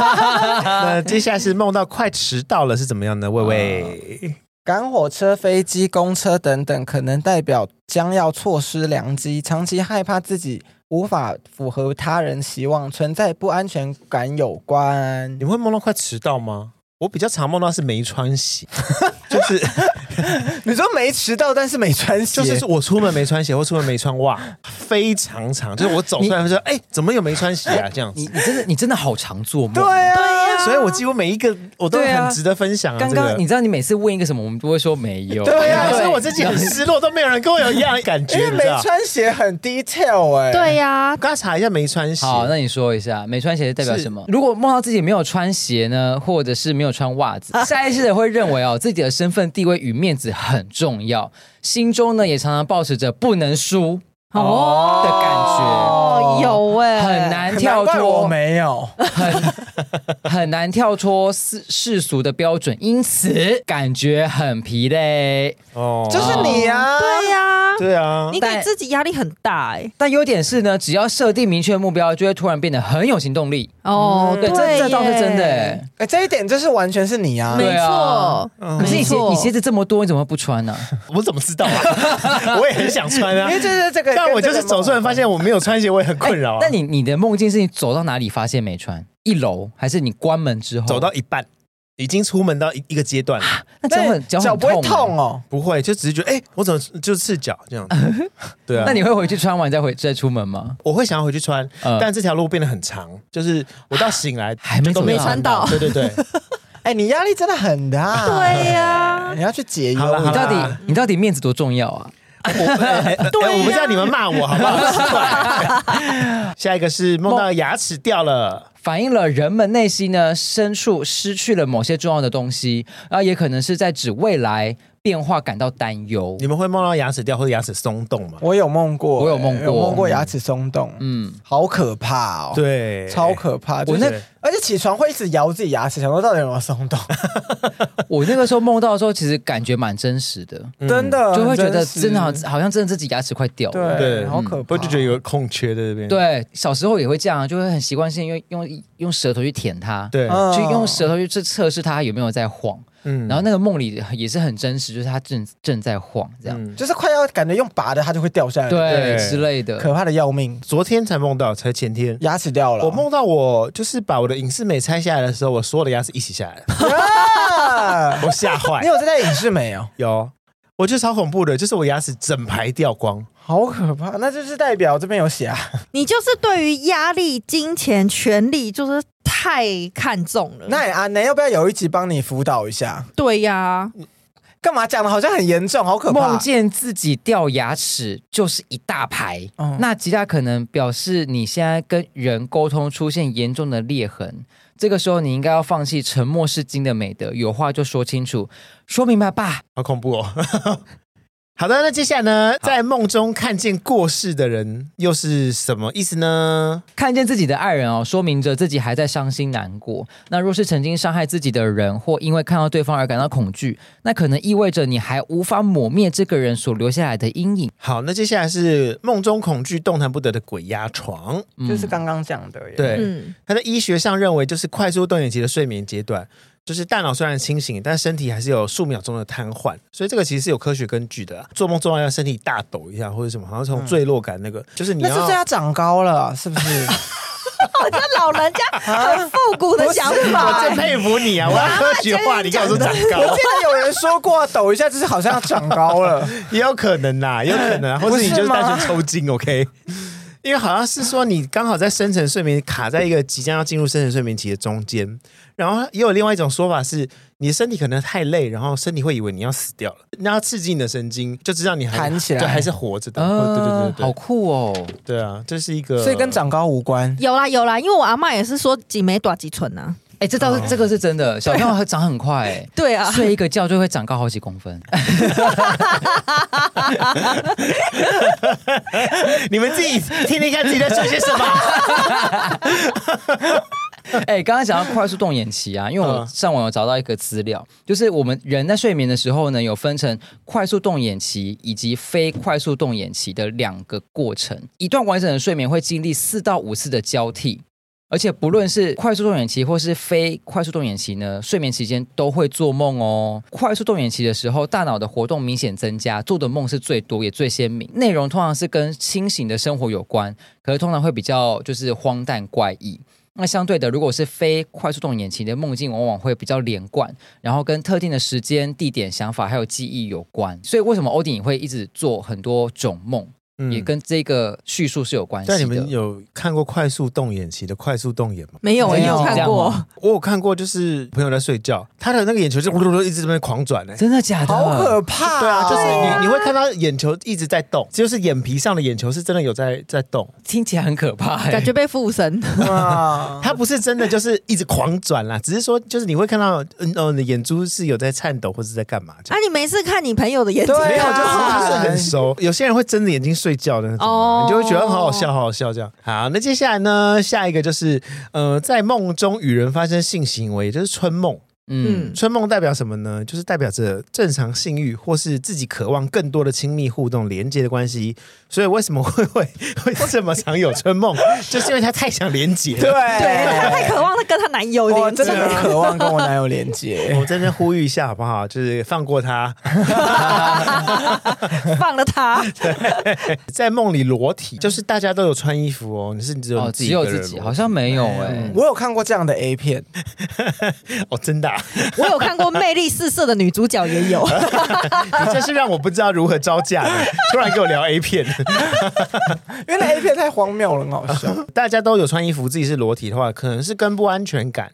Speaker 1: 那接下来是梦到快迟到了是怎么样呢？魏魏，
Speaker 2: 赶火车、飞机、公车等等，可能代表将要错失良机。长期害怕自己无法符合他人期望，存在不安全感有关
Speaker 1: 你。们会梦到快迟到吗？我比较常梦到是没穿鞋， 就是
Speaker 2: 你说没迟到，但是没穿鞋，
Speaker 1: 就是我出门没穿鞋，或出门没穿袜，非常长。就是我走出来会说，哎、怎么有没穿鞋啊？这样
Speaker 4: 你
Speaker 1: 子，
Speaker 4: 你真的你真的好常做梦，
Speaker 2: 对啊，
Speaker 1: 所以我几乎每一个我都
Speaker 4: 对啊
Speaker 1: 很值得分享啊。
Speaker 4: 刚
Speaker 1: 这
Speaker 4: 刚
Speaker 1: 个
Speaker 4: 你知道你每次问一个什么，我们都会说没有。
Speaker 1: 对啊，
Speaker 2: 对
Speaker 1: 所以我自己很失落，都没有人跟我有一样的感觉，
Speaker 2: 因为
Speaker 1: 你
Speaker 2: 没
Speaker 1: 知道。
Speaker 2: 穿鞋很 detail 哎、
Speaker 3: 对呀、
Speaker 1: 我刚才查一下没穿鞋，
Speaker 4: 好，那你说一下没穿鞋代表
Speaker 1: 是
Speaker 4: 什么？如果梦到自己没有穿鞋呢，或者是没有穿袜 子，下意识的会认为哦，自己的身份地位与面子很重要，心中呢也常常保持着不能输
Speaker 3: 哦
Speaker 4: 的感觉，
Speaker 3: 哦，有哎、
Speaker 4: 很难
Speaker 2: 难
Speaker 4: 跳
Speaker 2: 怪我
Speaker 4: 脱，
Speaker 2: 没 有，
Speaker 4: 很难跳脱世世俗的标准，因此感觉很疲累。
Speaker 1: 哦，
Speaker 2: 就是你啊，
Speaker 3: 对呀、
Speaker 1: 对啊，
Speaker 3: 你给自己压力很大哎、
Speaker 4: 但优点是呢，只要设定明确目标，就会突然变得很有行动力。
Speaker 3: 哦，
Speaker 4: 对，这这倒是真的、
Speaker 3: 耶。
Speaker 4: 欸。
Speaker 2: 哎、这一点就是完全是你啊，
Speaker 3: 没
Speaker 4: 对啊
Speaker 3: 错，
Speaker 4: 可是你鞋
Speaker 3: 没错
Speaker 4: 你鞋子这么多，你怎么会不穿呢、
Speaker 1: 我怎么知道啊？我也很想穿啊
Speaker 2: 因，为这是这个，
Speaker 1: 但我就是走出来发
Speaker 2: 现。
Speaker 1: 现我没有穿鞋，我也很 困扰啊。
Speaker 4: 哎那你你的梦境是你走到哪里发现没穿？一楼还是你关门之后
Speaker 1: 走到？一半，已经出门到一一个阶段了，
Speaker 4: 那 脚很脚
Speaker 2: 哎脚
Speaker 4: 很
Speaker 2: 不会
Speaker 4: 痛
Speaker 2: 痛
Speaker 4: 欸。
Speaker 2: 哦，
Speaker 1: 哎不啊会，就只是觉得，哎、我怎么就是赤脚这样子？对啊，
Speaker 4: 那你会回去穿完再回再出门吗？
Speaker 1: 我会想要回去穿，
Speaker 4: 呃
Speaker 1: 但这条路变得很长，就是我到醒来
Speaker 4: 还没
Speaker 1: 就都没有
Speaker 4: 走
Speaker 3: 到
Speaker 1: 看到。对对对，
Speaker 2: 哎、你压力真的很大，
Speaker 3: 对呀、
Speaker 2: 你要去解忧。
Speaker 1: 好了好
Speaker 4: 你
Speaker 1: 了
Speaker 4: 到底、
Speaker 1: 啊
Speaker 4: 你到底面子多重要啊？
Speaker 1: 我 哎哎
Speaker 3: 对啊
Speaker 1: 我不知道你们骂我好不好？奇 怪下一个是梦到牙齿掉了，
Speaker 4: 反映了人们内心呢深处失去了某些重要的东西，然后也可能是在指未来变化感到担忧
Speaker 1: 你。们会梦到牙齿掉或者牙齿松动吗？
Speaker 2: 我有梦过，欸
Speaker 4: 我有梦过
Speaker 2: 有梦过牙齿松动，
Speaker 4: 嗯，
Speaker 2: 好可怕哦，，
Speaker 1: 对，
Speaker 2: 超可怕。
Speaker 4: 我那
Speaker 2: 就是而且起床会一直摇自己牙齿，想说到底有没有松动，
Speaker 4: 我那个时候梦到的时候，其实感觉蛮真实 的，
Speaker 1: 嗯
Speaker 2: 真的
Speaker 4: 就会觉得
Speaker 2: 很实
Speaker 4: 真的好好像真的自己牙齿快掉了。
Speaker 2: 对，
Speaker 1: 对啊
Speaker 2: 好可怕，
Speaker 1: 我就觉得有个空缺在这边。
Speaker 4: 对，啊小时候也会这样，啊就会很习惯性用用用舌头去舔它。
Speaker 1: 对，
Speaker 2: 嗯
Speaker 4: 去用舌头去去测试它有没有在晃。
Speaker 1: 嗯
Speaker 4: 然后
Speaker 1: 后
Speaker 4: 那个梦里也是很真实，就是它正正在晃这样，
Speaker 1: 嗯
Speaker 2: 就是快要感觉用拔的它就会掉下来，，
Speaker 4: 对
Speaker 1: 对
Speaker 4: 之类的。
Speaker 2: 嗯可怕的要命，
Speaker 1: 昨天才梦到，才前天。
Speaker 2: 牙齿掉了，
Speaker 1: 我梦到我就是把我的隐适美拆下来的时候，我所有的牙齿一起下来了，
Speaker 2: 啊。
Speaker 1: 我吓
Speaker 2: 你
Speaker 1: 坏。
Speaker 2: 有在戴隐适美哦，
Speaker 1: 有，我觉得超恐怖的，就是我牙齿整排掉光。
Speaker 2: 好可怕！那就是代表这边有血啊，
Speaker 3: 你就是对于压力、金钱、权力，就是太看重
Speaker 1: 嗯
Speaker 3: 了。
Speaker 2: 那也阿南要不要有一集帮你辅导一下？
Speaker 3: 对呀、
Speaker 2: 干嘛讲的好像很严重，好可怕！
Speaker 4: 梦见自己掉牙齿就是一大排，
Speaker 2: 嗯
Speaker 4: 那极大可能表示你现在跟人沟通出现严重的裂痕。这个时候你应该要放弃沉默是金的美德，有话就说清楚，说明白吧。
Speaker 1: 好恐怖哦！ 好的，那接下来呢，在梦中看见过世的人又是什么意思呢？
Speaker 4: 看见自己的爱人哦，说明着自己还在伤心难过。那若是曾经伤害自己的人，或因为看到对方而感到恐惧，那可能意味着你还无法抹灭这个人所留下来的阴影。
Speaker 1: 好，那接下来是梦中恐惧动弹不得的鬼压床。
Speaker 4: 嗯
Speaker 5: 就是刚刚讲的耶。
Speaker 1: 对，
Speaker 3: 嗯，
Speaker 1: 他在医学上认为就是快速动眼期的睡眠阶段，就是大脑虽然清醒，但身体还是有数秒钟的瘫痪，所以这个其实是有科学根据的啊。做梦做到要身体大抖一下或者什么，好像从坠落嗯感那个，就是你
Speaker 2: 那是
Speaker 1: 要
Speaker 2: 对他长高了，是不 是？
Speaker 3: 哦，这老人家很复古的想法、
Speaker 1: 我真佩服你 啊！我要科学化，你跟我说长
Speaker 2: 我
Speaker 1: 高
Speaker 2: 记，得有人说过，抖一下就是好像长高了。
Speaker 1: 也有可能啦，也有可能啊，或者你
Speaker 2: 不
Speaker 1: 就是是
Speaker 2: 吗
Speaker 1: 单纯抽筋，OK？因为好像是说你刚好在深层睡眠卡在一个即将要进入深层睡眠期的中间，然后也有另外一种说法是，你的身体可能太累，然后身体会以为你要死掉了，那要刺激你的神经，就知道你还
Speaker 2: 弹起来
Speaker 1: 就还是活着的。
Speaker 4: 啊
Speaker 1: 对对对
Speaker 4: 好
Speaker 1: 对，
Speaker 4: 酷哦！
Speaker 1: 对啊，这是一个，
Speaker 2: 所以跟长高无关。
Speaker 3: 有啦有啦，因为我阿妈也是说几枚短几寸啊呐。
Speaker 4: 哎，这
Speaker 1: 啊
Speaker 4: 倒是这个是真的，小朋友长很快哎。
Speaker 3: 对啊，
Speaker 4: 睡一个觉就会长高好几公分，
Speaker 1: 你们自己听听看自己在说些什么。
Speaker 4: 哎、刚刚讲到快速动眼期啊，因为我
Speaker 1: 嗯
Speaker 4: 上网有找到一个资料，就是我们人在睡眠的时候呢，有分成快速动眼期以及非快速动眼期的两个过程。一段完整的睡眠会经历四到五次的交替，而且不论是快速动眼期或是非快速动眼期呢，睡眠期间都会做梦哦。快速动眼期的时候，大脑的活动明显增加，做的梦是最多也最鲜明，内容通常是跟清醒的生活有关，可是通常会比较就是荒诞怪异。那相对的，如果是非快速动眼期的梦境，往往会比较连贯，然后跟特定的时间、地点、想法还有记忆有关。所以为什么欧弟你会一直做很多种梦，也跟这个叙述是有关系的。
Speaker 1: 嗯但你们有看过快速动眼期的快速动眼吗？
Speaker 3: 没有，
Speaker 4: 没
Speaker 3: 我
Speaker 4: 有
Speaker 3: 没有哦
Speaker 4: 这
Speaker 3: 看
Speaker 4: 样
Speaker 3: 过
Speaker 4: 吗。
Speaker 1: 我有看过，就是朋友在睡觉，他的那个眼球就噜噜噜一直在那边狂转呢、
Speaker 4: 真的假的？
Speaker 2: 好可怕、
Speaker 1: 对啊，就是你、
Speaker 2: 你
Speaker 1: 你会看到眼球一直在动，就是眼皮上的眼球是真的有在在动，
Speaker 4: 听起来很可怕、欸，
Speaker 3: 感觉被附身，
Speaker 2: 啊，
Speaker 1: 它不是真的就是一直狂转啦，只是说就是你会看到，嗯哦，你的眼珠是有在颤抖或是在干嘛这
Speaker 3: 啊
Speaker 1: 样。！
Speaker 3: 你没事看你朋友的眼睛，
Speaker 2: 对啊
Speaker 1: 没有，就是
Speaker 2: 啊
Speaker 1: 就是很熟。有些人会睁着眼睛睡觉的那种啊，
Speaker 3: 哦
Speaker 1: 你就会觉得很好笑，好好笑这样。好，那接下来呢？下一个就是，呃，在梦中与人发生性行为，也就是春梦。
Speaker 4: 嗯
Speaker 3: 嗯，
Speaker 1: 春梦代表什么呢？就是代表着正常性欲，或是自己渴望更多的亲密互动、连接的关系。所以为什么会 会会这么常有春梦？就是因为他太想连接
Speaker 2: 对
Speaker 1: 了。
Speaker 3: 对，她太渴望她跟她男友
Speaker 2: 我
Speaker 3: 连接
Speaker 2: 哦真的很
Speaker 3: 了。
Speaker 2: 渴望跟我男友连接。
Speaker 1: 我们在这边呼吁一下好不好？就是放过他，
Speaker 3: 放了他，
Speaker 1: 在梦里裸体，就是大家都有穿衣服哦，你是只有
Speaker 4: 哦，
Speaker 1: 你自己
Speaker 4: 只
Speaker 1: 一个
Speaker 4: 有
Speaker 1: 人裸体、
Speaker 4: 自己，好像没有哎、
Speaker 3: 嗯
Speaker 2: 我有看过这样的 A 片，
Speaker 1: 哦，真的、啊，
Speaker 3: 我有看过魅力四射的女主角 也有，
Speaker 1: 你真是让我不知道如何招架的。突然给我聊 A 片，
Speaker 2: 因为那 A 片太荒谬了，很好 笑。
Speaker 1: 大家都有穿衣服，自己是裸体的话，可能是跟不安全感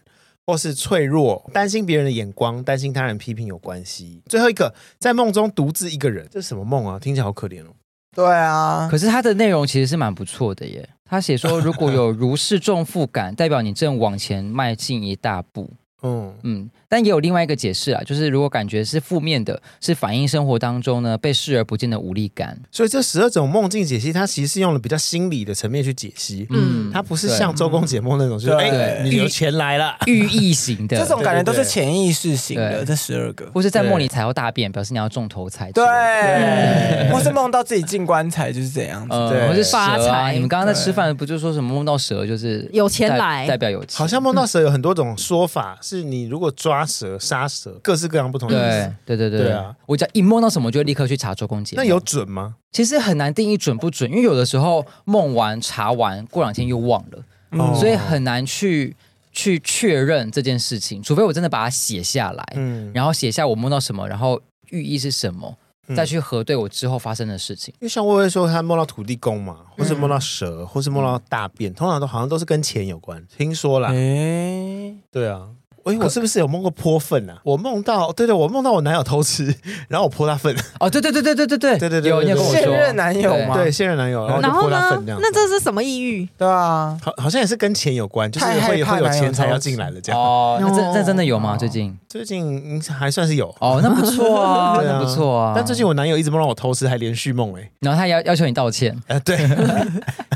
Speaker 1: 或是脆弱、担心别人的眼光、担心他人批评有关系。最后一个，在梦中独自一个人，这是什么梦啊？听起来好可怜哦。
Speaker 2: 对啊，
Speaker 4: 可是它的内容其实是蛮不错的耶。他写说，如果有如释重负 感，代表你正往前迈进一大步。
Speaker 1: 嗯，
Speaker 4: 嗯，但也有另外一个解释啊，就是如果感觉是负面的，是反映生活当中呢被视而不见的无力感。
Speaker 1: 所以这十二种梦境解析，它其实是用了比较心理的层面去解析，
Speaker 3: 嗯
Speaker 1: 它不是像周公解梦那种，就是
Speaker 2: 对
Speaker 1: 哎，你有钱来了。
Speaker 4: 对 寓意型的，
Speaker 2: 这种感觉都
Speaker 1: 对
Speaker 2: 是
Speaker 1: 对对
Speaker 2: 潜意识型的，
Speaker 4: 对
Speaker 2: 这十二个。
Speaker 4: 或是在梦里踩到大便，表示你要中头彩之类的。
Speaker 2: 对，或是梦到自己进棺材就是这样子。
Speaker 1: 对
Speaker 4: 呃，或是蛇
Speaker 3: 发
Speaker 4: 啊。
Speaker 3: 财
Speaker 4: 你们刚刚在吃饭，不就说什么梦到蛇就是
Speaker 3: 有钱
Speaker 4: 代
Speaker 3: 来
Speaker 4: 代表有钱？
Speaker 1: 好像梦到蛇有很多种说法，是你如果抓蛇、杀蛇，各式各样不同的意
Speaker 4: 对
Speaker 1: 思。
Speaker 4: 对对对
Speaker 1: 对啊！
Speaker 4: 我只要一梦到什么，就会立刻去查周公解。
Speaker 1: 那有准吗？
Speaker 4: 其实很难定义准不准，因为有的时候梦完查完，过两天又忘了，
Speaker 2: 嗯
Speaker 1: 哦
Speaker 4: 所以很难去去确认这件事情，除非我真的把它写下来，
Speaker 1: 嗯，
Speaker 4: 然后写下我梦到什么，然后寓意是什么，
Speaker 1: 嗯
Speaker 4: 再去核对我之后发生的事情。
Speaker 1: 因为像薇薇说，她梦到土地公嘛，或是梦到蛇，或是梦到大便，通常都好像都是跟钱有关。听说啦，
Speaker 2: 哎，
Speaker 1: 对啊，嗯哎，我是不是有梦过泼粪啊？我梦到，对对，我梦到我男友偷吃， 然后我泼他粪，
Speaker 4: 哦，对对对对对对对
Speaker 1: 对对对
Speaker 4: 有你有跟我说
Speaker 2: 现任男友吗？
Speaker 1: 对，现任啊男友，然
Speaker 3: 然
Speaker 1: 后就
Speaker 3: 后
Speaker 1: 泼他
Speaker 3: 呢
Speaker 1: 粪这？样子。
Speaker 3: 那这是什么抑郁？
Speaker 2: 对啊，
Speaker 1: 好，好像也是跟钱有关，就是
Speaker 2: 太害
Speaker 1: 会
Speaker 2: 怕
Speaker 1: 会有
Speaker 2: 男友
Speaker 1: 钱才
Speaker 2: 偷
Speaker 1: 要
Speaker 2: 吃
Speaker 1: 进来的这样。
Speaker 4: 哦，那这
Speaker 3: 哦
Speaker 4: 这真的有吗？最近
Speaker 1: 最近嗯还算是有，
Speaker 4: 哦，那不错啊，
Speaker 1: 对啊
Speaker 4: 那不错啊。
Speaker 1: 但最近我男友一直梦让我偷吃，还连续梦 哎，
Speaker 4: 然后他要要求你道歉，
Speaker 1: 呃，对，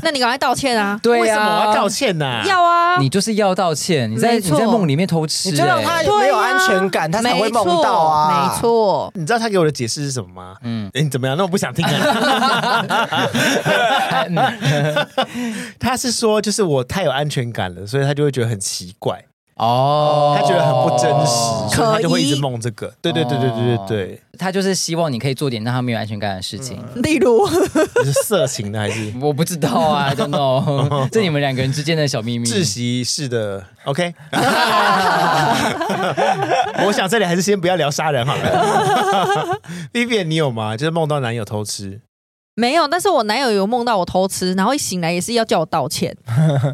Speaker 3: 那你赶快道歉啊！
Speaker 1: 为
Speaker 4: 对
Speaker 1: 什
Speaker 4: 呀、
Speaker 1: 哦么我要道歉呢？
Speaker 3: 要啊，
Speaker 4: 你就是要道歉，你在
Speaker 3: 没
Speaker 4: 你
Speaker 3: 错
Speaker 4: 在梦里面偷吃、
Speaker 2: 你就让他
Speaker 4: 哎
Speaker 3: 对啊
Speaker 2: 没有安全感他才会梦到啊
Speaker 3: 没错，
Speaker 1: 你知道他给我的解释是什么吗？
Speaker 4: 嗯，
Speaker 1: 哎，你怎么样？那我不想听啊了。
Speaker 4: 嗯
Speaker 1: 他是说，就是我太有安全感了，所以他就会觉得很奇怪，
Speaker 4: 哦，
Speaker 1: 他觉得很不真实，所
Speaker 3: 可
Speaker 1: 以他就会一直
Speaker 3: 疑
Speaker 1: 梦这个。对对对对对对对，
Speaker 4: 他就是希望你可以做点让他没有安全感的事情。
Speaker 3: 没错，例如
Speaker 1: 你是色情的还 是
Speaker 4: 我不知道啊，I don't know，这你 们两个人之间的小秘密。
Speaker 1: 窒息式的？OK，我想这里还是先不要聊杀人好了。Vivian，你 有吗？就是梦到男友偷吃，
Speaker 3: 没有，但是我男友有梦到我偷吃，然后一醒来也是要叫我道歉，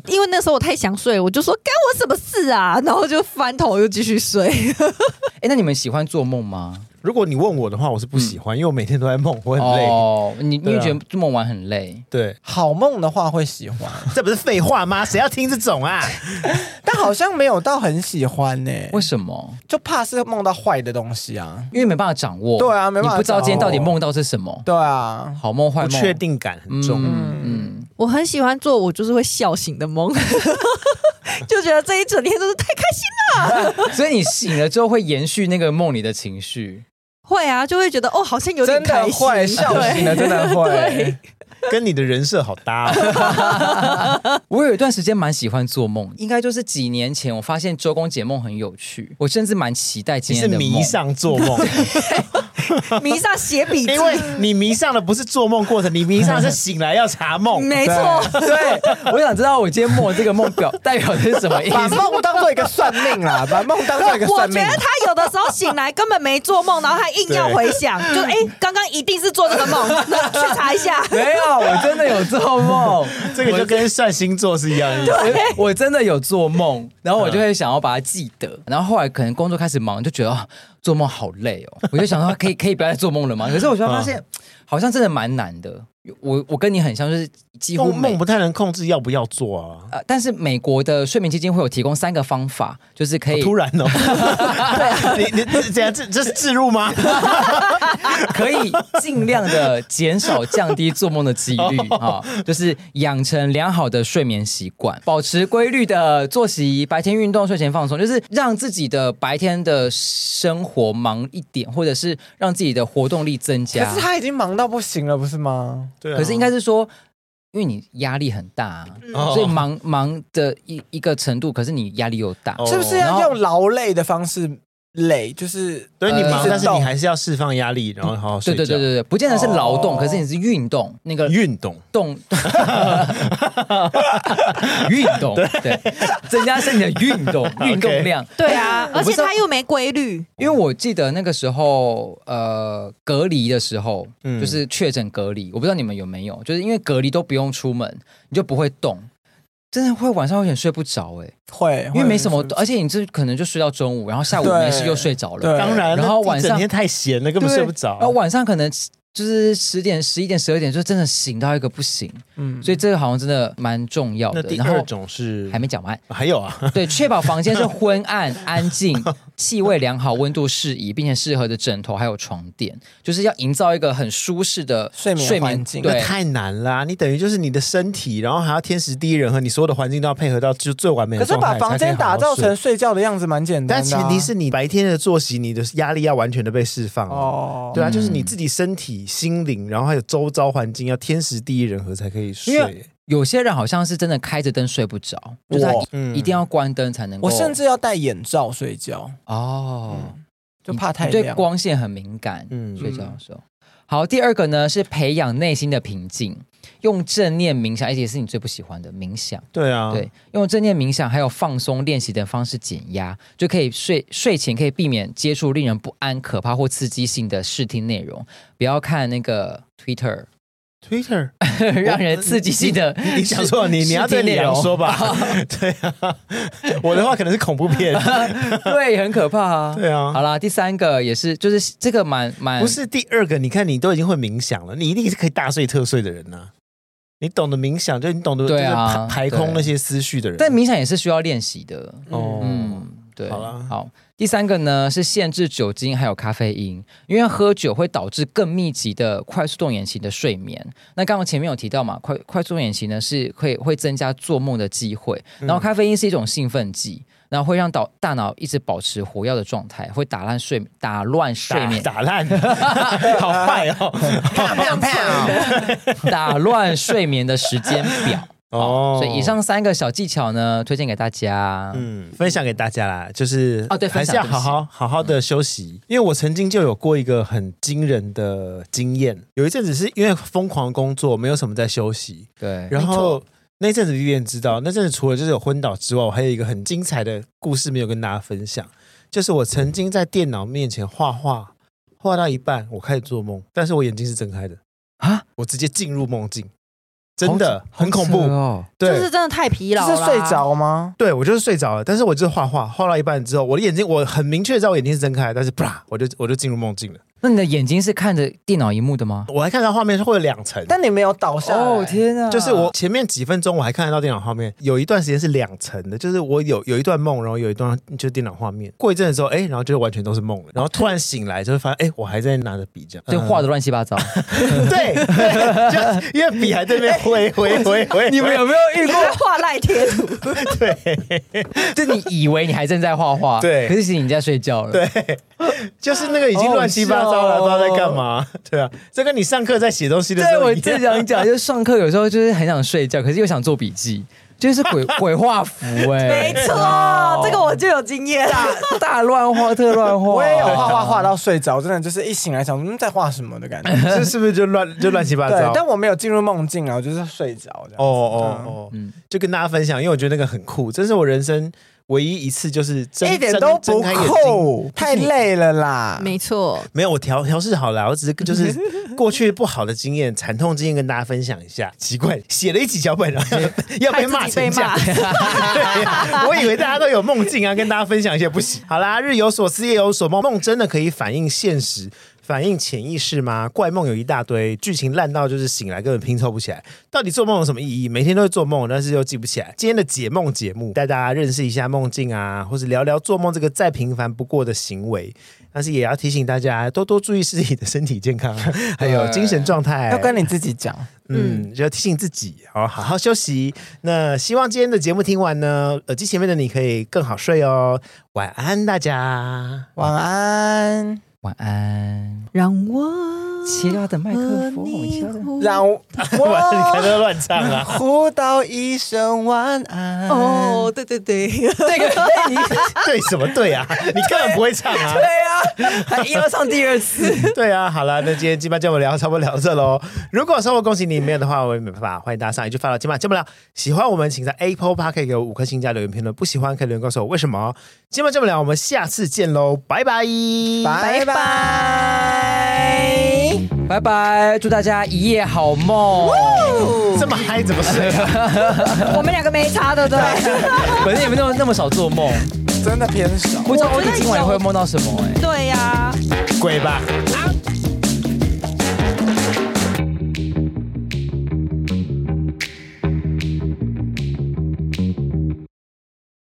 Speaker 3: 因为那时候我太想睡，我就说干我什么事啊，然后就翻头又继续睡。
Speaker 4: 哎，那你们喜欢做梦吗？
Speaker 1: 如果你问我的话，我是不喜欢，因为我每天都在梦，我很累。
Speaker 4: 嗯哦，你你
Speaker 1: 对啊
Speaker 4: 会觉得做梦玩很累？
Speaker 1: 对，
Speaker 2: 好梦的话会喜欢，
Speaker 1: 这不是废话吗？谁要听这种啊？
Speaker 2: 但好像没有到很喜欢呢、
Speaker 4: 为什么？
Speaker 2: 就怕是梦到坏的东西啊。
Speaker 4: 因为没办法掌握。
Speaker 2: 对啊没办法
Speaker 4: 你不知道今天
Speaker 2: 掌
Speaker 4: 到
Speaker 2: 握
Speaker 4: 底梦到是什么，
Speaker 2: 对啊，
Speaker 4: 好梦坏
Speaker 1: 不
Speaker 4: 梦，
Speaker 1: 确定感很重。
Speaker 4: 嗯嗯，
Speaker 3: 我很喜欢做我就是会笑醒的梦， 就觉得这一整天都是太开心了。
Speaker 4: 所以你醒了之后会延续那个梦里的情绪。
Speaker 3: 会啊，就会觉得哦，好像有点
Speaker 2: 真
Speaker 3: 开
Speaker 2: 的
Speaker 3: 心，
Speaker 2: 会笑醒了，
Speaker 3: 对
Speaker 2: 真的
Speaker 3: 对
Speaker 2: 会。
Speaker 1: 跟你的人设好搭、哦。
Speaker 4: 我有一段时间蛮喜欢做梦，应该就是几年前，我发现周公解梦很有趣，我甚至蛮期待
Speaker 1: 你
Speaker 4: 今
Speaker 1: 是
Speaker 4: 天的梦。
Speaker 1: 迷上做梦，
Speaker 3: 迷上写笔记
Speaker 1: 因，为你迷上的不是做梦过程，你迷上的是醒来要查梦。
Speaker 3: 没错，
Speaker 4: 对，我想知道我今天梦的这个梦表代表的是 什么意
Speaker 2: 把
Speaker 4: 思。
Speaker 2: 梦当做一个算命 啦，把梦当做一个
Speaker 3: 我
Speaker 2: 算
Speaker 3: 觉
Speaker 2: 命。
Speaker 3: 得他有的时候醒来根本没做梦，然后他硬要回想，就哎，刚刚一定是做这个 梦，去查一下。
Speaker 4: 没有，我真的有做 梦，
Speaker 1: 这个就跟算星座是一样的意思。
Speaker 4: 我我真的有做梦，然后我就
Speaker 1: 嗯
Speaker 4: 会想要把它记得。然后后来可能工作开始忙，就觉得、啊做梦好累哦，我就想说可以可以不要再做梦了吗？可是我就发
Speaker 1: 嗯
Speaker 4: 现好像真的蛮难的。我我跟你很像，就是几乎
Speaker 1: 梦
Speaker 4: 每
Speaker 1: 梦不太能控制要不要做啊。
Speaker 4: 呃，但是美国的睡眠基金会有提供三个方法，就是可
Speaker 1: 好
Speaker 4: 以
Speaker 1: 突然哦，
Speaker 4: 啊
Speaker 1: 你你这怎样？这这是自入吗？
Speaker 4: 可以尽量的减少降低做梦的几率
Speaker 1: 哦
Speaker 4: 啊、就是养成良好的睡眠习惯，保持规律的作息，白天运动，睡前放松，就是让自己的白天的生活忙一点，或者是让自己的活动力增
Speaker 2: 可
Speaker 4: 加
Speaker 2: 是。他已经忙到不行了，不是吗？
Speaker 1: 对啊
Speaker 4: 可是应该是说。因为你压力很大啊、
Speaker 2: 嗯
Speaker 1: 哦
Speaker 4: 所以忙忙的一一个程度，可是你压力又大，
Speaker 1: 哦
Speaker 2: 是不是
Speaker 4: 然
Speaker 2: 要
Speaker 4: 后
Speaker 2: 用劳累的方式累？就是
Speaker 1: 对你忙，
Speaker 2: 呃
Speaker 1: 但是你还是要释放压力，然后好好睡
Speaker 4: 对
Speaker 1: 觉。
Speaker 4: 对对对对，不见得是劳
Speaker 2: 哦
Speaker 4: 动，可是你是运动，那个
Speaker 1: 运动
Speaker 4: 动 运动，对，增加身体的 运动运动量。
Speaker 3: 对啊，而且他又没规律，
Speaker 4: 因为我记得那个时候，呃，隔离的时候，
Speaker 1: 嗯
Speaker 4: 就是确诊隔离，我不知道你们有没有，就是因为隔离都不用出门，你就不会动，真的会晚上有点睡不着哎、欸
Speaker 2: 会，
Speaker 4: 因为
Speaker 2: 会
Speaker 4: 没什么
Speaker 2: 是，
Speaker 4: 而且你这可能就睡到中午，然后下午没事
Speaker 2: 对
Speaker 4: 又睡着了，
Speaker 2: 对
Speaker 1: 当然，
Speaker 4: 然后晚
Speaker 1: 一
Speaker 4: 上
Speaker 1: 整天太闲了，根本
Speaker 4: 对
Speaker 1: 睡不着
Speaker 4: 然。后晚上可能就是十点、十一点、十二点，就真的醒到一个不行，
Speaker 2: 嗯，
Speaker 4: 所以这个好像真的蛮重要
Speaker 1: 那
Speaker 4: 的。
Speaker 1: 第
Speaker 4: 然后
Speaker 1: 二种是
Speaker 4: 还没讲完，
Speaker 1: 还有啊，
Speaker 4: 对，确保房间是昏暗、安 静、气味良好、温度适宜，并且适合的枕头还有床垫，就是要营造一个很舒适的
Speaker 2: 睡眠环境
Speaker 1: 那
Speaker 4: 对，
Speaker 1: 太难啦！你等于就是你的身体，然后还要天时地利人和，你所有的环境都要配合到就最完美
Speaker 2: 可
Speaker 1: 的
Speaker 2: 是
Speaker 1: 状
Speaker 2: 把
Speaker 1: 态。
Speaker 2: 房间
Speaker 1: 才可以好
Speaker 2: 打
Speaker 1: 好
Speaker 2: 造
Speaker 1: 睡
Speaker 2: 成睡觉的样子，蛮简单
Speaker 1: 但
Speaker 2: 的啊。
Speaker 1: 前提是你白天的作息，你的压力要完全的被释放啊。
Speaker 2: 哦，
Speaker 1: 对啊，就是你自己身体、心灵，然后还有周遭环境，要天时地利人和才可以
Speaker 4: 因为
Speaker 1: 睡。
Speaker 4: 有些人好像是真的开着灯睡不着，就是他
Speaker 2: 我
Speaker 1: 嗯
Speaker 4: 一一定要关灯才能够。
Speaker 2: 我甚至要戴眼罩睡觉，
Speaker 4: 哦，
Speaker 2: 就怕太
Speaker 4: 你对
Speaker 2: 亮。
Speaker 4: 光线很敏感，
Speaker 1: 嗯
Speaker 4: 睡觉的时候。好，第二个呢是培养内心的平静，用正念冥想，而且是你最不喜欢的冥想。
Speaker 1: 对啊，
Speaker 4: 对，用正念冥想还有放松练习等方式减压，就可以睡睡前可以避免接 触令人不安、可怕或刺激性的视听内容，不要看那个 Twitter。
Speaker 1: Twitter，
Speaker 4: 让人刺激性的视。
Speaker 1: 你想说你你要
Speaker 4: 视
Speaker 1: 对李
Speaker 4: 听内
Speaker 1: 阳
Speaker 4: 容
Speaker 1: 说吧？对啊， 我的话可能是恐怖片，
Speaker 4: 对，很可怕啊。
Speaker 1: 对啊
Speaker 4: 好啦，第三个也是，就是这个蛮蛮
Speaker 1: 不是第二个。你看你都已经会冥想了，你一定是可以大睡特睡的人呐、你懂得冥想，就你懂得
Speaker 4: 对啊
Speaker 1: 就是排排空
Speaker 4: 对
Speaker 1: 那些思绪的人。
Speaker 4: 但冥想也是需要练习的。
Speaker 1: 哦，
Speaker 4: 嗯，对，
Speaker 1: 好啦
Speaker 4: 第三个呢是限制酒精还有咖啡因，因为喝酒会导致更密集的快速动眼期的睡眠。那刚刚前面有提到嘛，快快速动眼期呢是会会增加做梦的机会，
Speaker 1: 嗯
Speaker 4: 然后咖啡因是一种兴奋剂。然后会让导大脑一直保持活跃的状态，会打烂睡打乱睡眠，
Speaker 1: 打打烂， 好坏哦。
Speaker 2: 啪 啪，
Speaker 4: 打乱睡眠的时间表。
Speaker 1: 哦
Speaker 4: 所以以上三个小技巧呢，推荐给大家。
Speaker 1: 嗯，分享给大家啦，就是
Speaker 4: 哦对嗯
Speaker 1: 还
Speaker 4: 分
Speaker 1: 是
Speaker 4: 享
Speaker 1: 要好好好好的休息，因为我曾经就有过一个很惊人的经验，有一阵子是因为疯狂工作，没有什么在休息，
Speaker 4: 对，
Speaker 2: 没
Speaker 1: 然后
Speaker 2: 错
Speaker 1: 那阵子李莲知道，那阵子除了就是有昏倒之外，我还有一个很精彩的故事没有跟大家分享，就是我曾经在电脑面前画画，画到一半我开始做梦，但是我眼睛是睁开的
Speaker 4: 啊，
Speaker 1: 我直接进入梦境，真的很恐
Speaker 4: 好扯
Speaker 1: 怖，
Speaker 4: 哦。
Speaker 3: 就
Speaker 1: 对，
Speaker 3: 是真的太疲劳
Speaker 2: 这
Speaker 3: 了，啊
Speaker 2: 是睡。着吗？
Speaker 1: 对，我就是睡着了，但是我就是画画，画到一半之后，我的眼睛我很明确知道我眼睛是睁开的，但是啪，我就我就进入梦境了。
Speaker 4: 那你的眼睛是看着电脑荧幕的吗？
Speaker 1: 我还看到画面是会有两层，
Speaker 2: 但你没有倒下来
Speaker 1: 哦
Speaker 2: 欸
Speaker 4: 啊
Speaker 1: 就是我前面几分钟我还看得到电脑画面，有一段时间是两层的，就是我有有一段梦，然后有一段就是电脑画面。过一阵子之后，哎，然后就完全都是梦了，然后突然醒来就会发现，哎，我还在拿着笔这样，
Speaker 4: 对画的乱七八糟。
Speaker 1: 嗯 对，对就因为笔还在那边挥挥挥挥，
Speaker 4: 有没有遇
Speaker 3: 你？在 画赖贴图，
Speaker 4: 就你以为你还正在画画，
Speaker 1: 对
Speaker 4: 可是其实你在睡觉了。
Speaker 1: 对，就是那个已经乱七八糟了，
Speaker 4: 好
Speaker 1: 不知
Speaker 4: 好笑哦
Speaker 1: 道在干嘛。对啊，这跟你上课在写东西的时
Speaker 4: 对，
Speaker 1: 候
Speaker 4: 我
Speaker 1: 一样
Speaker 4: 正想讲，就上课有时候就是很想睡觉，可是又想做笔记，就是鬼 鬼画符哎。
Speaker 3: 没错
Speaker 2: 哎
Speaker 4: 哇，
Speaker 3: 这个我就有经验。
Speaker 4: 大大乱画特乱画，
Speaker 2: 我也有画画画到睡着，真的就是一醒来想嗯在画什么的 感觉。
Speaker 1: 这是不是就乱就乱七八
Speaker 2: 对
Speaker 1: 糟，？
Speaker 2: 但我没有进入梦境啊，我就是睡着这
Speaker 1: 啊哦
Speaker 2: 样。
Speaker 1: 哦哦，嗯，就跟大家分享，因为我觉得那个很酷，这是我人生唯一一次就是睁
Speaker 2: 一点都
Speaker 1: 睁
Speaker 2: 不
Speaker 1: 睁开眼睛。
Speaker 2: 酷，太累了啦。
Speaker 3: 没错，
Speaker 1: 没有，我调调试好了，我只是就是 过去不好的经验、惨痛经验跟大家分享一下。奇怪，写了一集脚 本，然后要被骂
Speaker 3: 害自己被
Speaker 1: 成这样
Speaker 3: 骂，
Speaker 1: 对我以为大家都有梦境啊，跟大家分享一些不行。好啦，日有所思，夜有所梦，梦真的可以反映现实。反映潜意识吗？怪梦有一大堆，剧情烂到就是醒来根本拼凑不起来。到底做梦有什么意义？每天都会做梦，但是又记不起啊来。今天的解梦节目带大家认识一下梦境啊，或是聊聊做梦这个再平凡不过的行为。但是也要提醒大家多多注意自己的身体健康，还有精神状 态。呃
Speaker 2: 要跟你自己讲，
Speaker 1: 嗯，就要提醒自己，好好好休息。那希望今天的节目听完呢，耳机前面的你可以更好睡哦。晚安，大家。
Speaker 2: 晚安，
Speaker 4: 晚安。
Speaker 3: 让我
Speaker 4: 奇妙的麦克
Speaker 3: 和
Speaker 4: 风，
Speaker 3: 嗯
Speaker 4: 我
Speaker 3: 你
Speaker 4: 奇妙的
Speaker 3: 互
Speaker 2: 让 我
Speaker 1: 你看都乱唱啊！
Speaker 2: 呼到一声晚安。
Speaker 3: 哦，对对对，
Speaker 4: 这个你
Speaker 1: 对什么对啊？你根本不会唱 啊！
Speaker 4: 对啊，还又要唱第二次。
Speaker 1: 对啊，好了，那今天金马教我们聊差不多聊到这喽。如果生活恭喜你没有的话，我也没办法，欢迎大家上一句发到金马教不了。喜欢我们，请在 Apple Park 给我五颗星加留言评论；不喜欢可以留言告诉我为什么哦。金马教不了，我们下次见喽，拜拜，
Speaker 2: 拜拜。
Speaker 4: 拜拜，祝大家一夜好梦。
Speaker 1: 这么嗨怎么睡啊？
Speaker 3: 我们两个没差的，对啊不对。
Speaker 4: 反正也没那么那么少做梦，
Speaker 2: 真的偏少。
Speaker 4: 不知道欧弟今晚会梦到什么 哎、
Speaker 3: 对呀、
Speaker 1: 鬼吧！
Speaker 3: 啊！